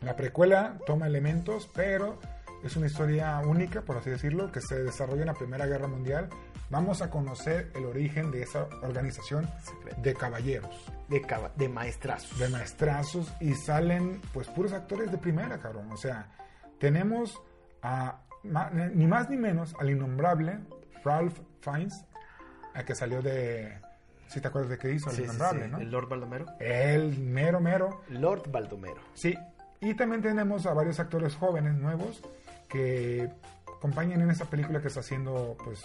C: La precuela toma elementos, pero es una historia única, por así decirlo, que se desarrolla en la Primera Guerra Mundial. Vamos a conocer el origen de esa organización
D: Secreto.
C: de caballeros,
D: de, caba- de maestrazos.
C: de maestrazos, y salen pues puros actores de primera, cabrón. O sea, tenemos a ma- ni más ni menos al innombrable Ralph Fiennes, a que salió de... Si te acuerdas de qué hizo, el
D: Sí, sí,
C: innombrable,
D: sí,
C: ¿no?
D: El Lord Baldomero.
C: El mero mero.
D: Lord Baldomero.
C: Sí, y también tenemos a varios actores jóvenes nuevos que acompañan en esta película que está haciendo pues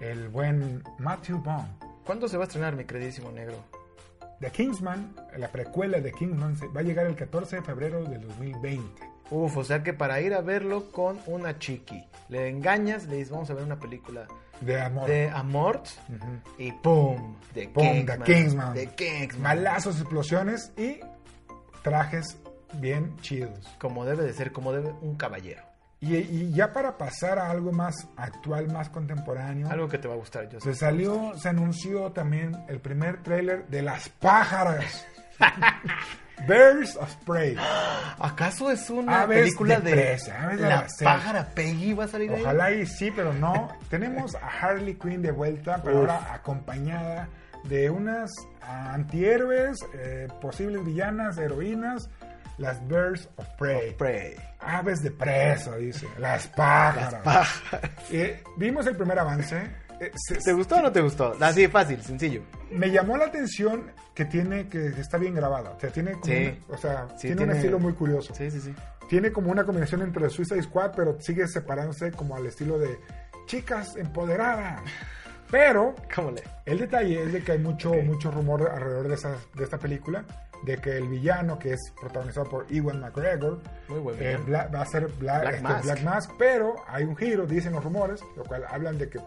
C: el buen Matthew Vaughn.
D: ¿Cuándo se va a estrenar, mi queridísimo negro?
C: The Kingsman, la precuela de Kingsman, se- va a llegar el 14 de febrero del 2020.
D: Uf, o sea que para ir a verlo con una chiqui, le engañas, le dices, vamos a ver una película
C: De amor.
D: de amor
C: Ujú.
D: y ¡pum! De
C: Pum, The Kingsman.
D: De Kingsman.
C: Balazos, explosiones y trajes bien chidos.
D: Como debe de ser, como debe un caballero.
C: Y, y ya para pasar a algo más actual, más contemporáneo.
D: Algo que te va a gustar, yo sé.
C: Se salió, se anunció también el primer tráiler de Las Pájaras. Birds of Prey.
D: ¿Acaso es una
C: Aves
D: película
C: de
D: de,
C: presa, aves de
D: la
C: las seis.
D: pájara Peggy va a salir ahí?
C: Ojalá y sí, pero no. Tenemos a Harley Quinn de vuelta, pero ahora acompañada de unas ah, antihéroes, eh, posibles villanas, heroínas, las Birds of Prey.
D: Prey.
C: Aves de presa, dice. Las pájaras. Eh, vimos el primer avance. Eh, se-
D: ¿Te gustó o no te gustó? Así de fácil, sencillo.
C: Me llamó la atención que tiene, que está bien grabada. O sea, tiene como
D: Sí.
C: una- o sea,
D: Sí,
C: tiene,
D: tiene-
C: un estilo muy curioso.
D: Sí, sí, sí.
C: Tiene como una combinación entre Suicide Squad, pero sigue separándose como al estilo de chicas empoderadas. Pero
D: ¿Cómo le?
C: el detalle es de que hay mucho, mucho rumor alrededor de, esa- de esta película, de que el villano, que es protagonizado por Ewan McGregor,
D: Muy buen
C: eh,
D: villano.
C: Bla- va a ser Bla-
D: Black
C: este,
D: Mask.
C: Black Mask, pero hay un giro, dicen los rumores, lo cual hablan de que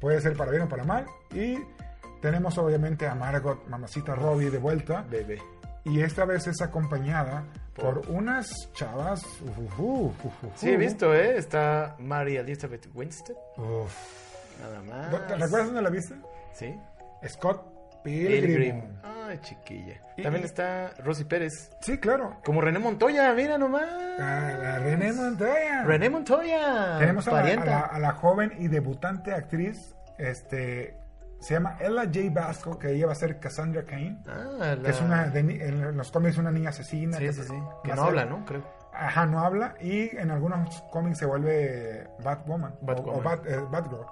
C: puede ser para bien o para mal. Y tenemos obviamente a Margot, mamacita Robbie, de vuelta.
D: Bebé.
C: Y esta vez es acompañada por unas chavas. ujujú, ujujú.
D: Sí, he visto, ¿eh? Está Mary Elizabeth Winstead.
C: Uf.
D: Nada
C: ¿Te
D: más.
C: te recuerdas dónde la viste?
D: Sí.
C: Scott
D: Pilgrim.
C: Pilgrim.
D: Ay, chiquilla.
C: Y-
D: También
C: y-
D: está Rosy Pérez.
C: Sí, claro.
D: Como René Montoya, mira nomás.
C: La, la René Montoya.
D: Pues, René Montoya.
C: Ah. Tenemos a la, a
D: parienta.
C: la- a la joven y debutante actriz. Este, se llama Ella J. Basco, que ella va a ser Cassandra Cain.
D: Ah, la-
C: Que es una, de ni- en los cómics una niña asesina.
D: Sí,
C: que
D: sí, sí.
C: va
D: Que
C: a
D: no
C: ser-
D: habla, ¿no? Creo.
C: Ajá, no habla. Y en algunos cómics se vuelve Batwoman. o- O,
D: Batwoman.
C: Bat- eh, Batgirl.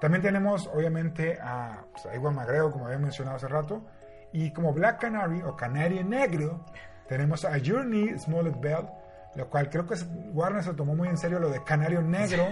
C: También tenemos, obviamente, a, pues, a Ewan McGregor, como había mencionado hace rato. Y como Black Canary o Canario Negro, tenemos a Journey Smollett Bell. Lo cual creo que se- Warner se tomó muy en serio lo de Canario Negro.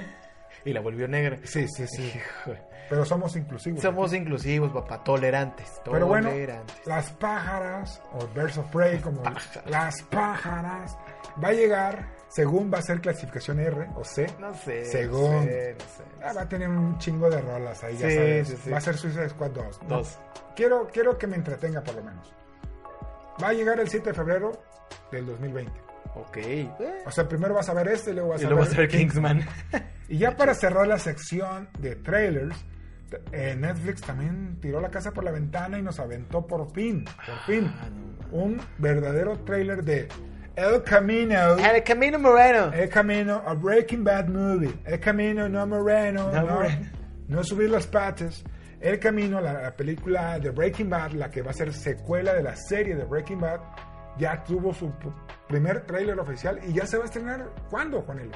D: Y la volvió negra.
C: Sí, sí, sí.
D: Hijo.
C: Pero somos inclusivos.
D: Somos inclusivos, papá. Tolerantes.
C: Pero bueno,
D: Tolerantes.
C: las pájaras, o Birds of Prey, como las pájaras, va a llegar, según va a ser clasificación R o C,
D: No sé.
C: Según.
D: No sé, no sé.
C: Ah, va a tener un chingo de rolas ahí, ya
D: Sí,
C: sabes.
D: sí, sí.
C: Va a ser Suicide Squad 2. ¿no?
D: Dos.
C: Quiero, quiero que me entretenga por lo menos. Va a llegar el 7 de febrero del 2020.
D: Ok. Eh,
C: O sea, primero vas a ver este y luego vas
D: Y
C: Pues, a
D: luego va a
C: ver...
D: ser Kingsman.
C: Y ya para cerrar la sección de trailers, t- eh, Netflix también tiró la casa por la ventana y nos aventó por fin,
D: Ah,
C: por fin, un verdadero trailer de El Camino.
D: El Camino Moreno.
C: El Camino, a Breaking Bad movie. El Camino, no Moreno.
D: No
C: No,
D: Moreno.
C: no subir las patas. El Camino, la, la película de Breaking Bad, la que va a ser secuela de la serie de Breaking Bad, ya tuvo su p- primer trailer oficial y ya se va a estrenar. ¿Cuándo, Juanelo?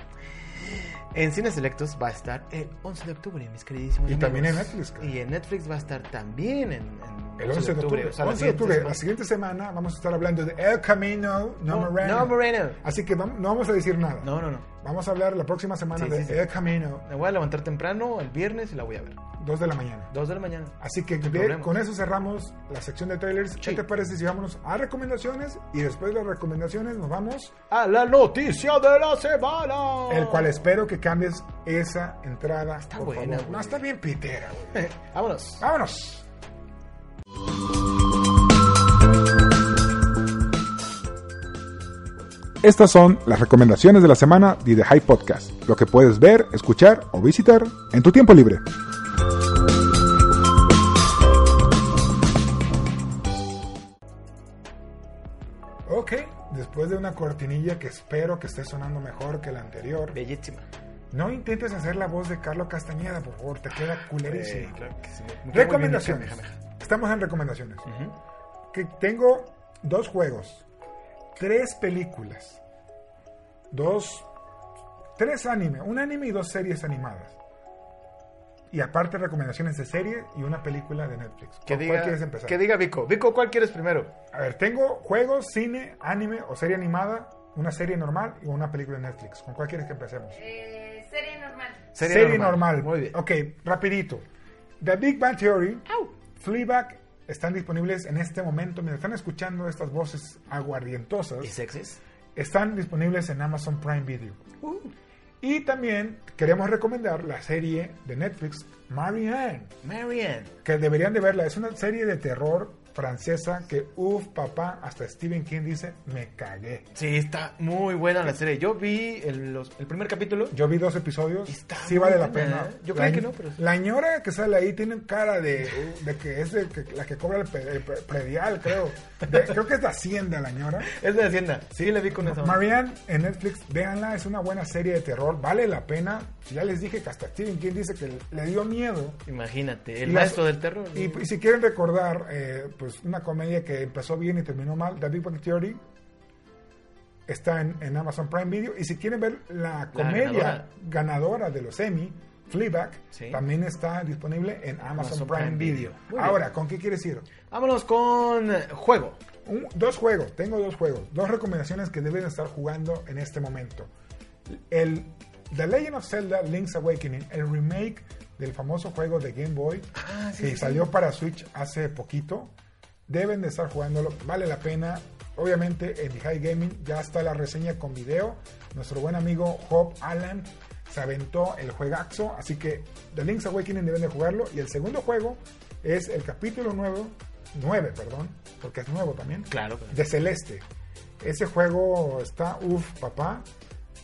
D: En Cines Selectos va a estar el 11 de octubre, mis queridísimos.
C: Y
D: amigos.
C: también en Netflix, claro.
D: Y en Netflix va a estar también en. en
C: El 11 de octubre.
D: o sea, la
C: 11 de octubre,
D: siguiente
C: la siguiente semana, vamos a estar hablando de El Camino No
D: No,
C: Moreno.
D: No Moreno.
C: Así que vam- no vamos a decir nada.
D: semana. No, no, no.
C: Vamos a hablar la próxima semana
D: Sí,
C: de
D: sí, sí.
C: El Camino,
D: Me voy a levantar temprano el viernes y la voy a ver.
C: 2 de la mañana.
D: 2 de la mañana.
C: Así que
D: hay
C: de-
D: problema.
C: con eso cerramos la sección de trailers. ¿Qué
D: Sí.
C: te parece si vámonos a recomendaciones? Y después de las recomendaciones nos vamos,
D: A la noticia de la semana.
C: el cual espero que cambies esa entrada. Está
D: buena, güey.
C: No, está bien pitera, güey.
D: Vámonos.
C: Vámonos.
B: Estas son las recomendaciones de la semana de The High Podcast, lo que puedes ver, escuchar o visitar en tu tiempo libre.
C: Ok, después después de una cortinilla que espero que esté sonando mejor que la anterior,
D: Bellísima.
C: no intentes hacer la voz de Carlos Castañeda, por favor, te queda
D: Eh,
C: culerísimo.
D: claro que sí.
C: Recomendaciones.
D: Muy bien, Benja,
C: Estamos en recomendaciones.
D: Benja. Ujú.
C: Que tengo dos juegos, tres películas, dos, tres anime, un anime y dos series animadas. Y aparte recomendaciones de serie y una película de Netflix.
D: Que
C: ¿Por
D: diga,
C: cuál quieres empezar?
D: que diga Vico. Vico, ¿cuál quieres primero?
C: A ver, tengo juegos, cine, anime o serie animada, una serie normal y una película de Netflix. ¿Con cuál quieres que empecemos?
F: Eh, serie normal.
D: Serie normal. Muy bien.
C: Ok, rapidito. The Big Bang Theory, Fleabag están disponibles en este momento. Mientras están escuchando estas voces aguardientosas,
D: ¿Y sexys?
C: están disponibles en Amazon Prime Video. Y también queremos recomendar la serie de Netflix, Marianne,
D: Marianne.
C: que deberían de verla. Es una serie de terror francesa que, uff, papá, hasta Stephen King dice, me cagué.
D: Sí, está muy buena la serie. Yo vi el, los- el primer capítulo.
C: Yo vi dos episodios.
D: Está
C: sí vale
D: muy
C: la
D: buena,
C: pena.
D: ¿eh? Yo
C: La
D: creí
C: ñ-
D: que no, pero sí.
C: La ñora que sale ahí tiene cara de, de que es de que- la que cobra el, pe- el pre- predial, creo. De- creo que es de Hacienda la ñora.
D: Es de Hacienda. Sí, la vi con esa.
C: Marianne en Netflix, véanla, es una buena serie de terror, vale la pena. Ya les dije que hasta Stephen King dice que le dio miedo.
D: Imagínate, el
C: Y las-
D: maestro del terror.
C: Y, y si quieren recordar, eh, pues una comedia que empezó bien y terminó mal, The Big Bang Theory está en, en Amazon Prime Video. Y si quieren ver la comedia ganadora.
D: ganadora.
C: de los Emmy, Fleabag,
D: Sí.
C: también está disponible en Amazon,
D: Amazon
C: Prime,
D: Prime
C: Video.
D: Video. Muy
C: Ahora, ¿con qué quieres ir?
D: Vámonos con juego.
C: Un- dos juegos, tengo dos juegos, dos recomendaciones que deben estar jugando en este momento. El The Legend of Zelda Link's Awakening, el remake del famoso juego de Game Boy
D: Ah, sí,
C: que
D: sí.
C: salió para Switch hace poquito. Deben de estar jugándolo, vale la pena. Obviamente en The High Gaming ya está la reseña con video. Nuestro buen amigo Job Allen se aventó el juegaxo, así que The Link's Awakening deben de jugarlo. Y el segundo juego es el capítulo 9, 9 perdón, porque es nuevo también,
D: Claro.
C: de Celeste. Ese juego está, uff, papá.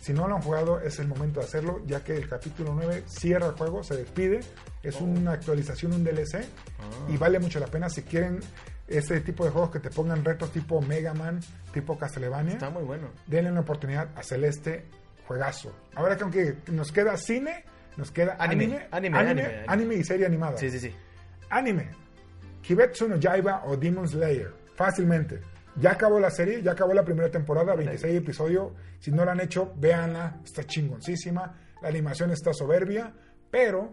C: Si no lo han jugado, es el momento de hacerlo, ya que el capítulo 9 cierra el juego, se despide. Es
D: Oh.
C: una actualización, un DLC,
D: Ah.
C: y vale mucho la pena si quieren ese tipo de juegos que te pongan retos tipo Mega Man, tipo Castlevania.
D: Está muy bueno.
C: Denle una oportunidad a Celeste, juegazo. Ahora que aunque nos queda cine, nos queda anime,
D: Anime, anime,
C: anime,
D: anime, anime.
C: anime y serie animada.
D: Sí, sí, sí.
C: Anime. Kimetsu no Yaiba o Demon Slayer. Fácilmente. Ya acabó la serie, ya acabó la primera temporada, 26 episodios. Si no la han hecho, véanla. Está chingoncísima. La animación está soberbia. Pero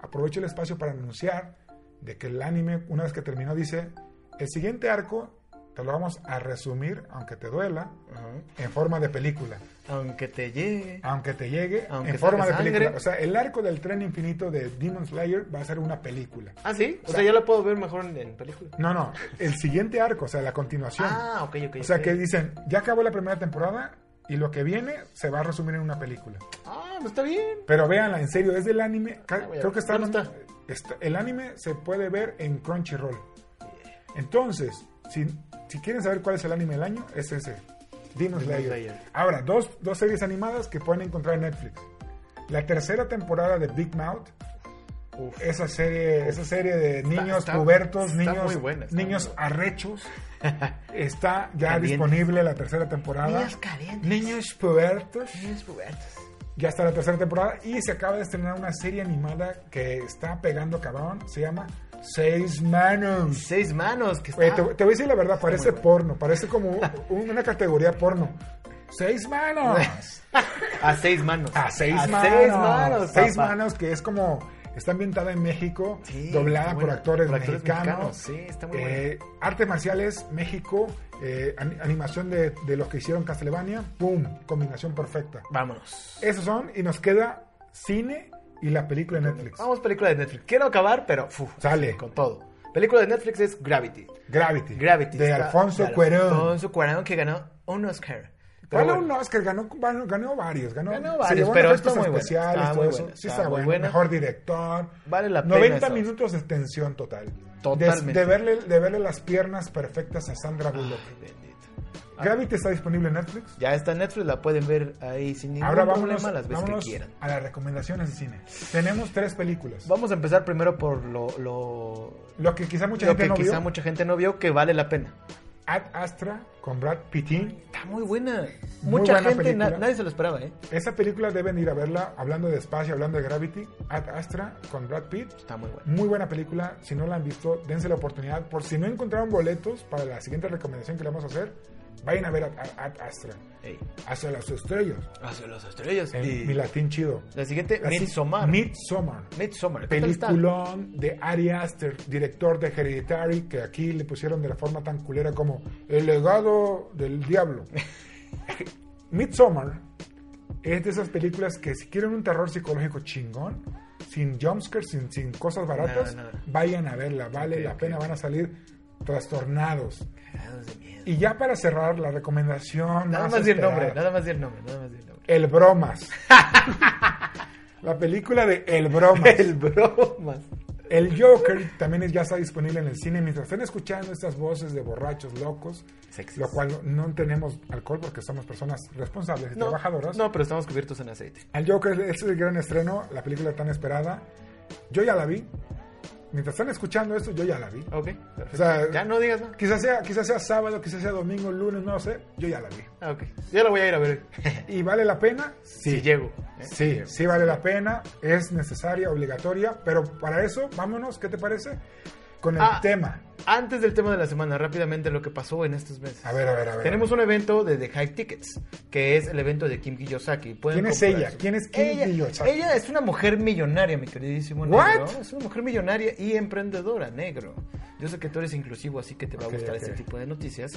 C: aprovecho el espacio para anunciar de que el anime, una vez que terminó, dice, el siguiente arco te lo vamos a resumir, aunque te duela,
D: Ajá.
C: en forma de película.
D: Aunque te llegue.
C: Aunque te llegue,
D: Aunque
C: en forma de
D: salga
C: película.
D: sangre.
C: O sea, el arco del tren infinito de Demon Slayer va a ser una película.
D: Ah, sí. O sea, ya la puedo ver mejor en, en película.
C: No, no, el siguiente arco, o sea, la continuación.
D: Ah, ok, ok.
C: o sea,
D: ok.
C: que dicen, ya acabó la primera temporada y lo que viene se va a resumir en una película.
D: Ah, pues está bien.
C: Pero véanla, en serio, es del anime. ca-
D: Ah, voy a
C: creo
D: ver.
C: que está,
D: ¿Dónde está?
C: está- El anime se puede ver en Crunchyroll. Entonces, si, si quieren saber cuál es el anime del año, es ese. Demon Slayer.
D: Slayer.
C: Ahora, dos, dos series animadas que pueden encontrar en Netflix. La tercera temporada de Big Mouth.
D: Uf.
C: Esa serie, esa serie de niños
D: está-
C: pubertos,
D: está
C: niños,
D: muy buena, está
C: niños
D: muy
C: arrechos. Está ya
D: Calientes.
C: disponible la tercera temporada.
D: Niños calientes.
C: Niños pubertos.
D: Niños pubertos.
C: Ya está la tercera temporada y se acaba de estrenar una serie animada que está pegando cabrón. Se llama Seis Manos.
D: Seis manos. Que
C: Oye,
D: Ah. está...
C: te, te voy a decir la verdad, parece
D: muy bueno.
C: porno, parece como un- una categoría porno. Seis manos.
D: A seis manos.
C: A seis
D: A
C: manos.
D: seis manos.
C: Seis
D: papá.
C: manos que es como está ambientada en México,
D: Sí,
C: doblada
D: está
C: por
D: buena,
C: actores,
D: por actores
C: mexicanos.
D: mexicanos, sí, está muy
C: Eh, Artes marciales, México, eh, an- animación de, de los que hicieron Castlevania, ¡pum! Combinación perfecta.
D: Vámonos.
C: Esos son, y nos queda cine y la película de Netflix.
D: Vamos, película de Netflix. Quiero acabar, pero fu,
C: Sale.
D: con todo. Película de Netflix es Gravity.
C: Gravity.
D: Gravity.
C: De
D: está-
C: Alfonso
D: de
C: Cuerón.
D: Alfonso Cuarón que ganó un Oscar.
C: ¿Cuál
D: bueno.
C: un Oscar? Ganó, ganó, ganó varios. Ganó,
D: Ganó
C: se
D: varios,
C: llevó
D: pero
C: efectos
D: está muy buena,
C: especiales,
D: está
C: todo
D: muy
C: eso.
D: buena,
C: Sí,
D: está
C: está
D: muy
C: bueno.
D: buena.
C: Mejor director.
D: Vale la pena
C: 90
D: esa Oscar.
C: minutos de tensión total. De-
D: Totalmente.
C: De, verle, de verle las piernas perfectas a Sandra Bullock.
D: Ay, bendito.
C: Gravity está disponible en Netflix.
D: ah. Ya está en Netflix, la pueden ver ahí sin ningún
C: Ahora
D: problema
C: vámonos,
D: las veces
C: vámonos
D: que quieran.
C: a las recomendaciones de cine. Tenemos tres películas.
D: Vamos a empezar primero por lo, lo,
C: Lo que quizá mucha
D: lo
C: gente
D: que
C: no
D: quizá
C: vio.
D: mucha gente no vio que vale la pena.
C: Ad Astra con Brad Pittin.
D: Está muy buena.
C: Muy
D: Mucha
C: buena
D: gente, na-
C: película.
D: nadie se lo esperaba, ¿eh?
C: Esa película deben ir a verla, hablando de espacio, hablando de Gravity, Ad Astra con Brad Pitt.
D: Está muy buena.
C: Muy buena película, si no la han visto, dense la oportunidad. Por si no encontraron boletos para la siguiente recomendación que le vamos a hacer, vayan a ver Ad, Ad Astra.
D: Ey,
C: Hacia los estrellos,
D: hacia las estrellas.
C: en
D: Y-
C: mi latín chido.
D: La siguiente,
C: Así-
D: Midsommar.
C: Midsommar.
D: Midsommar. ¿Qué tal está?
C: Peliculón de Ari Aster, director de Hereditary, que aquí le pusieron de la forma tan culera como El legado del diablo. Midsommar es de esas películas que si quieren un terror psicológico chingón, sin jumpscares, sin, sin cosas baratas,
D: No, no.
C: vayan a verla, vale la pena, van a salir trastornados.
D: Cagados de miedo.
C: Y ya para cerrar, la recomendación...
D: Nada más di el
C: ah.
D: nombre, nada más di el nombre, nada más di el nombre.
C: El Bromas. la película de El Bromas.
D: El bromas.
C: El Joker también es- ya está disponible en el cine. Mientras están escuchando estas voces de borrachos locos,
D: Sexys.
C: lo cual no tenemos alcohol porque somos personas responsables y trabajadoras.
D: no, pero estamos cubiertos en aceite.
C: El Joker es el gran estreno, la película tan esperada. Yo ya la vi. Mientras están escuchando esto, yo ya la vi.
D: Ok,
C: O
D: perfecto.
C: sea,
D: Ya no digas nada.
C: quizás, sea, quizás sea sábado, quizás sea domingo, lunes, no sé. Yo ya la vi.
D: Ah, ok. Ya lo voy a ir a ver.
C: ¿Y vale la pena?
D: Si llego. ¿eh?
C: Sí, sí vale la pena, es necesaria, obligatoria, pero para eso, vámonos, ¿qué te parece? Con el
D: Ah.
C: tema.
D: Antes del tema de la semana, rápidamente lo que pasó en estos meses.
C: A ver, a ver, a ver.
D: Tenemos un evento de The Hype Tickets, que es el evento de Kim Kiyosaki. Pueden
C: ¿Quién es
D: comprar
C: ella?
D: su-
C: ¿Quién es Kim
D: ella,
C: Kiyosaki?
D: Ella es una mujer millonaria, mi queridísimo
C: ¿What?
D: negro. Es una mujer millonaria y emprendedora, negro. Yo sé que tú eres inclusivo, así que te va
C: Ok,
D: a gustar
C: ok.
D: este tipo de noticias.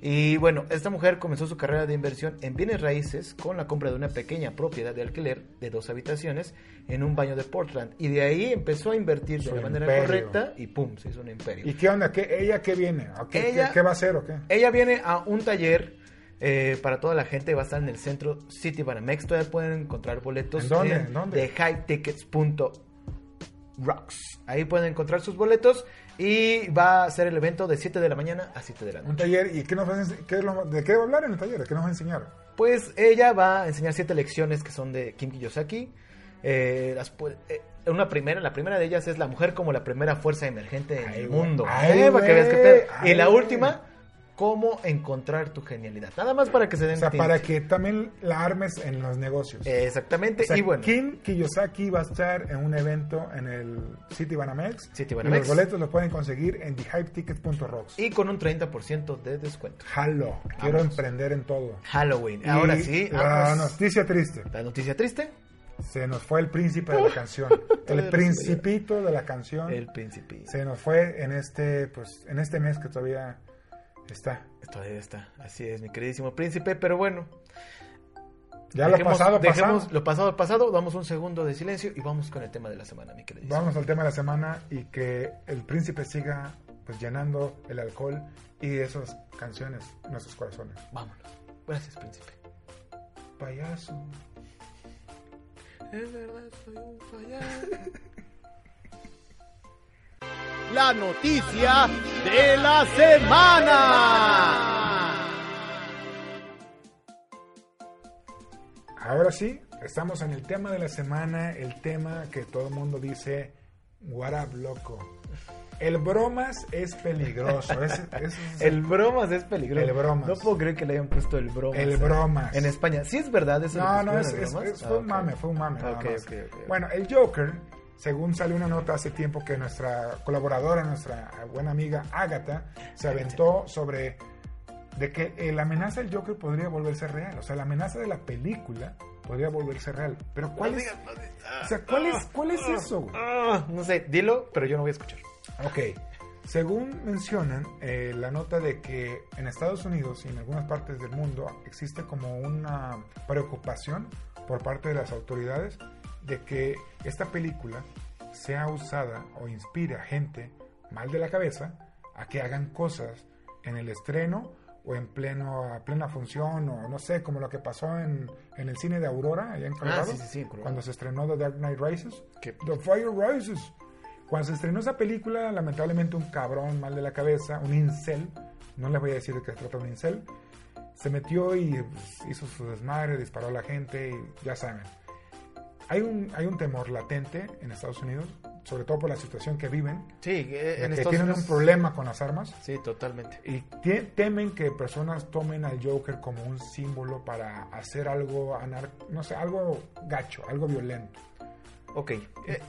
D: Y bueno, esta mujer comenzó su carrera de inversión en bienes raíces con la compra de una pequeña propiedad de alquiler de dos habitaciones en un baño de Portland. Y de ahí empezó a invertir
C: Su
D: de la manera
C: imperio.
D: correcta y pum, se hizo un imperio.
C: ¿Y qué onda? ¿Qué, ¿Ella qué viene? ¿O qué,
D: Ella-
C: qué- qué va a hacer o qué?
D: Ella viene a un taller eh, para toda la gente. Va a estar en el centro City Banamex. Todavía pueden encontrar boletos
C: ¿En dónde?
D: en
C: ¿En dónde?
D: de hightickets.rocks. Ahí pueden encontrar sus boletos. Y va a ser el evento de 7 de la mañana a 7 de la
C: Un
D: noche.
C: taller, ¿y qué nos va a ens- qué es lo- ¿De qué va a hablar en el taller? ¿De qué nos va a enseñar?
D: Pues ella va a enseñar siete lecciones que son de Kim Kiyosaki. Eh, las pu- eh, una primera, la primera de ellas es la mujer como la primera fuerza emergente en
C: Ay,
D: el
C: güey.
D: mundo.
C: Ay,
D: Eh, para que veas qué
C: güey.
D: pedo. y la
C: Ay,
D: última, cómo encontrar tu genialidad. Nada más para que se den
C: O sea,
D: tinta.
C: para que también la armes en los negocios.
D: Exactamente,
C: O sea,
D: Eh, y bueno.
C: Kim Kiyosaki va a estar en un evento en el City Banamex.
D: City
C: Y
D: Banamex.
C: Los boletos los pueden conseguir en thehypetickets.rocks.
D: Y con un 30% de descuento.
C: Jalo, quiero
D: Vamos.
C: emprender en todo.
D: Halloween.
C: Y
D: Ahora sí,
C: La
D: vamos.
C: noticia triste.
D: La noticia triste,
C: Se nos fue el príncipe de la canción. El principito de la canción.
D: el principito.
C: Se nos fue en este, pues, en este mes que todavía está.
D: Todavía está. Así es, mi queridísimo príncipe, pero bueno.
C: Ya lo
D: dejemos-
C: pasado,
D: dejemos
C: pasado.
D: lo pasado, pasado. Damos un segundo de silencio y vamos con el tema de la semana, mi queridísimo.
C: Vamos al tema de la semana y que el príncipe siga pues llenando el alcohol y esas canciones en nuestros corazones.
D: Vámonos. Gracias, príncipe.
C: Payaso.
D: Es verdad, soy un payaso.
A: La noticia de la semana.
C: Ahora sí, estamos en el tema de la semana, el tema que todo el mundo dice, what up, loco. El bromas es peligroso. es- es- es-
D: El bromas es peligroso.
C: El bromas.
D: No puedo creer que le hayan puesto el bromas.
C: El
D: eh,
C: bromas.
D: En España. Sí es verdad eso.
C: No, no, es,
D: es,
C: es- es- fue un mame, fue un mame. nada
D: Ah, Ok,
C: más.
D: ok, ok, ok.
C: Bueno, el Joker, según salió una nota hace tiempo que nuestra colaboradora, nuestra buena amiga Agatha, se aventó sobre de que eh, la amenaza del Joker podría volverse real. O sea, la amenaza de la película podría volverse real. Pero ¿cuál es? O sea, ¿cuál es, cuál es eso? güey?
D: Ah, no sé, dilo, pero yo no voy a escuchar.
C: Ok. Según mencionan, eh, la nota de que en Estados Unidos y en algunas partes del mundo existe como una preocupación por parte de las autoridades de que esta película sea usada o inspire a gente mal de la cabeza a que hagan cosas en el estreno o en pleno, a plena función o no sé, como lo que pasó en, en el cine de Aurora, allá en Colorado,
D: Ah, sí, sí, sí, en Colorado.
C: cuando se estrenó The Dark Knight Rises.
D: Qué-
C: The Fire Rises. Cuando se estrenó esa película, lamentablemente un cabrón mal de la cabeza, un incel, no les voy a decir de qué se trata un incel, se metió y pues, hizo su desmadre, disparó a la gente, y ya saben. Hay un, hay un temor latente en Estados Unidos sobre todo por la situación que viven,
D: Sí, eh, en
C: que
D: Estados
C: tienen
D: Unidos-
C: un problema con las armas.
D: Sí, totalmente.
C: Y te- temen que personas tomen al Joker como un símbolo para hacer algo, anar- no sé, algo gacho, algo violento.
D: Ok. eh,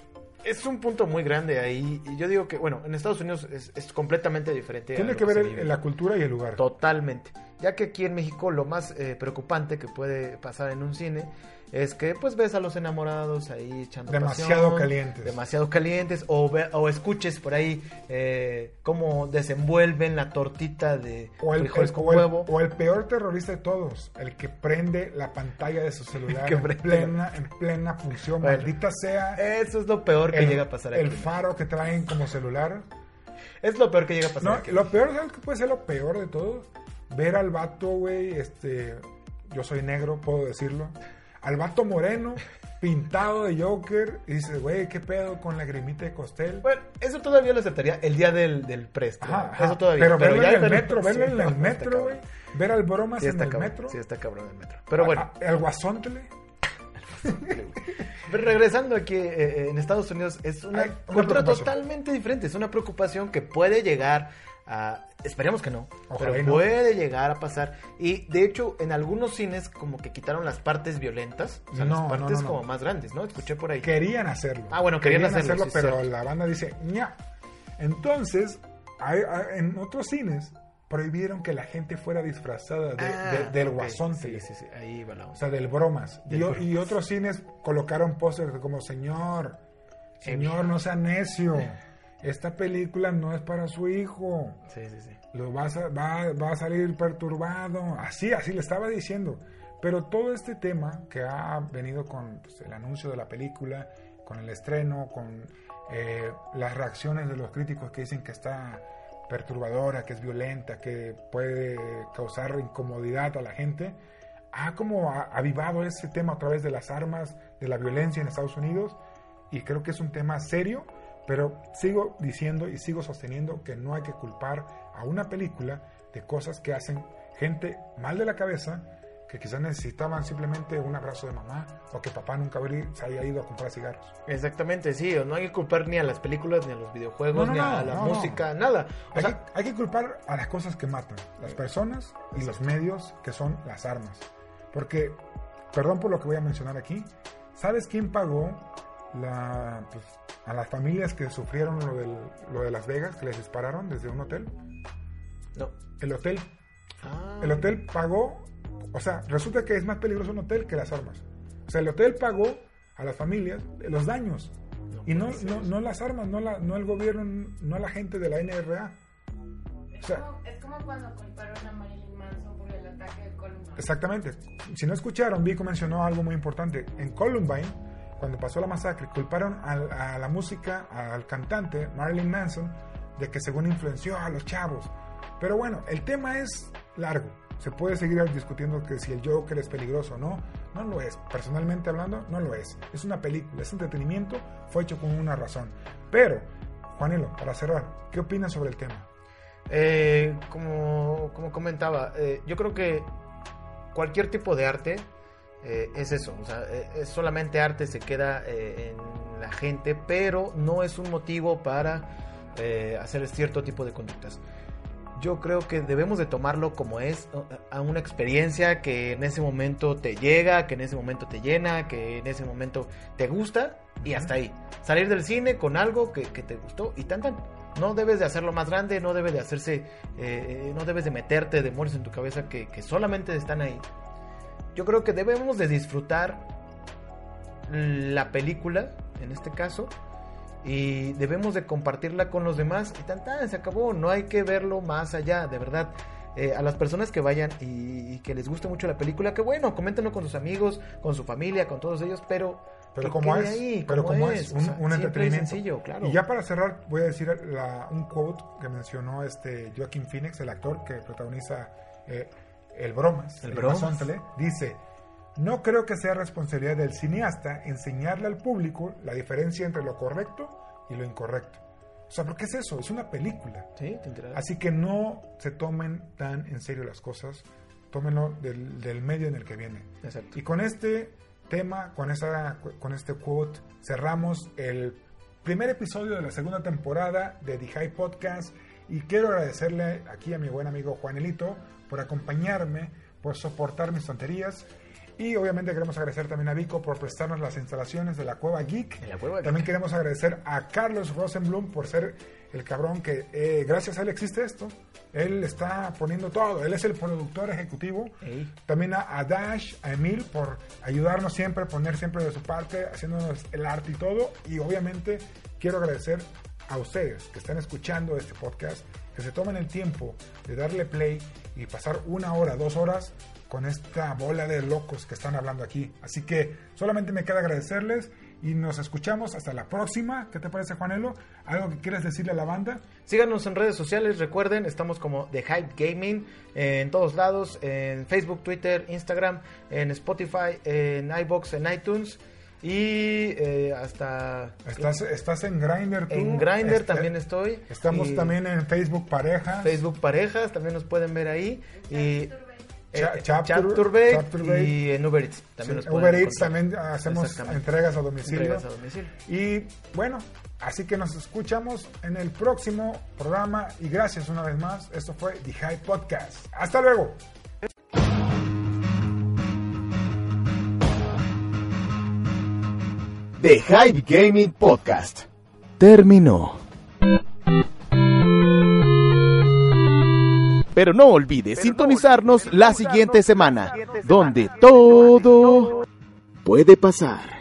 D: es un punto muy grande ahí. Y yo digo que, bueno, en Estados Unidos es, es completamente diferente. a
C: Tiene
D: lo
C: que ver
D: se
C: el-
D: vive.
C: la cultura y el lugar.
D: Totalmente. Ya que aquí en México lo más eh, preocupante que puede pasar en un cine es que pues ves a los enamorados ahí echando
C: Demasiado
D: pasión,
C: calientes.
D: Demasiado calientes. O, ve- o escuches por ahí eh, cómo desenvuelven la tortita de
C: O el,
D: frijoles
C: el-
D: con
C: o el-
D: huevo.
C: o el peor terrorista de todos, el que prende la pantalla de su celular
D: Que
C: en
D: prende.
C: plena, en plena función,
D: Bueno.
C: maldita sea.
D: Eso es lo peor que
C: el,
D: llega a pasar aquí.
C: el faro que traen como celular.
D: Es lo peor que llega a pasar
C: No,
D: aquí.
C: lo peor, ¿sabes qué puede ser lo peor de todo? Ver al vato, güey, este, yo soy negro, puedo decirlo, al vato moreno, pintado de Joker, y dices, güey, ¿qué pedo con la grimita de costel?
D: Bueno, eso todavía lo aceptaría el día del, del preestreno.
C: Ajá, ajá.
D: Eso todavía.
C: Pero, verlo
D: ya
C: en el
D: del-
C: metro, verlo
D: Sí,
C: en
D: no,
C: el
D: está
C: metro,
D: cabrón.
C: güey. Ver al bromas
D: Sí
C: en
D: está
C: el
D: cabrón.
C: metro.
D: Sí está cabrón el metro. Pero bueno.
C: A- a- el guasóntele.
D: Pero regresando aquí eh, eh, en Estados Unidos, es una,
C: Hay una
D: cultura
C: preocupación.
D: totalmente diferente. Es una preocupación que puede llegar a. Esperemos que no,
C: Ojalá y
D: pero
C: no.
D: puede llegar a pasar. Y de hecho, en algunos cines, como que quitaron las partes violentas, o sea,
C: No, no,
D: las partes
C: no, no.
D: como más grandes, ¿no? Escuché por ahí.
C: Querían hacerlo.
D: Ah, bueno, querían hacerlo, sí,
C: pero
D: cierto.
C: la banda dice, ña. Entonces, hay- hay- en otros cines prohibieron que la gente fuera disfrazada de-
D: Ah,
C: de- del
D: ok.
C: guasóntele.
D: Sí, sí, sí, ahí va la
C: O
D: onda.
C: sea, del bromas.
D: Del
C: y, o-
D: bromas.
C: y otros cines colocaron pósters como, señor,
D: pues,
C: señor, no sea necio. Esta película no es para su hijo.
D: Sí, sí, sí.
C: Lo vas a- va, va a salir perturbado. Así, así le estaba diciendo. Pero todo este tema que ha venido con pues, el anuncio de la película, con el estreno, con eh, las reacciones de los críticos que dicen que está perturbadora, que es violenta, que puede causar incomodidad a la gente, ha como a- avivado ese tema a través de las armas, de la violencia en Estados Unidos, y creo que es un tema serio, pero sigo diciendo y sigo sosteniendo que no hay que culpar a una película de cosas que hacen gente mal de la cabeza, que quizás necesitaban simplemente un abrazo de mamá, o que papá nunca habría- se haya ido a comprar cigarros.
D: Exactamente, sí, no hay que culpar ni a las películas, ni a los videojuegos,
C: No, no,
D: ni a
C: no,
D: la
C: no, no.
D: música, nada. O
C: Hay,
D: sea,
C: que, hay que culpar a las cosas que matan, las personas y los medios que son las armas. Porque, perdón por lo que voy a mencionar aquí, ¿sabes quién pagó la, pues, a las familias que sufrieron lo, del- lo de Las Vegas, que les dispararon desde un hotel?
D: no.
C: El hotel,
D: Ah,
C: el hotel pagó, o sea, resulta que es más peligroso un hotel que las armas. O sea, el hotel pagó a las familias los daños. Y no,
D: puede ser.
C: no, no las armas, no, la, no el gobierno, no la gente de la NRA.
F: Es,
C: O sea-
F: como, es como cuando culparon a Marilyn Manson por el ataque de Colma.
C: Exactamente. Si no escucharon, Vico mencionó algo muy importante. En Columbine, cuando pasó la masacre, culparon al- a, la música, al cantante Marilyn Manson, de que según influenció a los chavos. Pero bueno, el tema es largo. Se puede seguir discutiendo que si el Joker es peligroso o no. No lo es. Personalmente hablando, no lo es. Es una película, es entretenimiento, fue hecho con una razón. Pero, Juanelo, para cerrar, ¿qué opinas sobre el tema?
D: Eh, como, como comentaba, eh, yo creo que cualquier tipo de arte eh, es eso, o sea, eh, es solamente arte, se queda eh, en la gente, pero no es un motivo para eh, hacer cierto tipo de conductas. Yo creo que debemos de tomarlo como es, o- a una experiencia que en ese momento te llega, que en ese momento te llena, que en ese momento te gusta y hasta ahí. Salir del cine con algo que, que te gustó y tan tan. No debes de hacerlo más grande, no debes de hacerse, eh, eh, no debes de meterte demonios en tu cabeza que, que solamente están ahí. Yo creo que debemos de disfrutar la película, en este caso, y debemos de compartirla con los demás y tan tan, se acabó, no hay que verlo más allá, de verdad. Eh, a las personas que vayan y, y que les guste mucho la película, que bueno, coméntenlo con sus amigos, con su familia, con todos ellos, pero...
C: Pero
D: que
C: como
D: quede
C: es,
D: ahí,
C: pero como es, un,
D: o sea,
C: un
D: simple y
C: entretenimiento.
D: sencillo, claro.
C: Y ya para cerrar, voy a decir la- un quote que mencionó este Joaquín Phoenix, el actor que protagoniza eh, El Bromas,
D: El Bromas.
C: Guasóntele, dice, no creo que sea responsabilidad del cineasta enseñarle al público la diferencia entre lo correcto y lo incorrecto. O sea, ¿por qué es eso? Es una película.
D: Sí, te enteras.
C: Así que no se tomen tan en serio las cosas, tómenlo del, del medio en el que viene.
D: Exacto.
C: Y con este tema, con, esa, con este quote, cerramos el primer episodio de la segunda temporada de The High Podcast y quiero agradecerle aquí a mi buen amigo Juanelito por acompañarme, por soportar mis tonterías y obviamente queremos agradecer también a Vico por prestarnos las instalaciones de la Cueva Geek.
D: En la Cueva Geek.
C: también queremos agradecer a Carlos Rosenblum por ser el cabrón que eh, gracias a él existe esto. Él está poniendo todo, él es el productor ejecutivo.
D: Ey.
C: También a, a Dash, a Emil por ayudarnos siempre, poner siempre de su parte, haciéndonos el arte y todo. Y obviamente quiero agradecer a ustedes que están escuchando este podcast, que se toman el tiempo de darle play y pasar una hora, dos horas con esta bola de locos que están hablando aquí. Así que solamente me queda agradecerles y nos escuchamos hasta la próxima. ¿Qué te parece, Juanelo? ¿Algo que quieres decirle a la banda?
D: Síganos en redes sociales, recuerden, estamos como The Hype Gaming eh, en todos lados, en Facebook, Twitter, Instagram, en Spotify, en iBox, en iTunes y eh, hasta
C: Estás, estás en Grindr tú.
D: en Grindr
C: Este-
D: también estoy.
C: Estamos
D: y
C: también en Facebook Pareja.
D: Facebook Parejas, también nos pueden ver ahí y
C: Cha-
D: eh,
C: Chapter-
D: Chapturbate
C: Chapturbate.
D: y en Uber Eats
C: Sí,
D: también nos pueden
C: Uber Eats
D: encontrar.
C: también hacemos
D: Exactamente.
C: entregas a domicilio.
D: Entregas a domicilio.
C: Y bueno, así que nos escuchamos en el próximo programa. Y gracias una vez más. Esto fue The High Podcast. Hasta luego.
G: The Hype Gaming Podcast.
A: Terminó. Pero no olvides sintonizarnos la siguiente semana, donde todo
G: Puede pasar.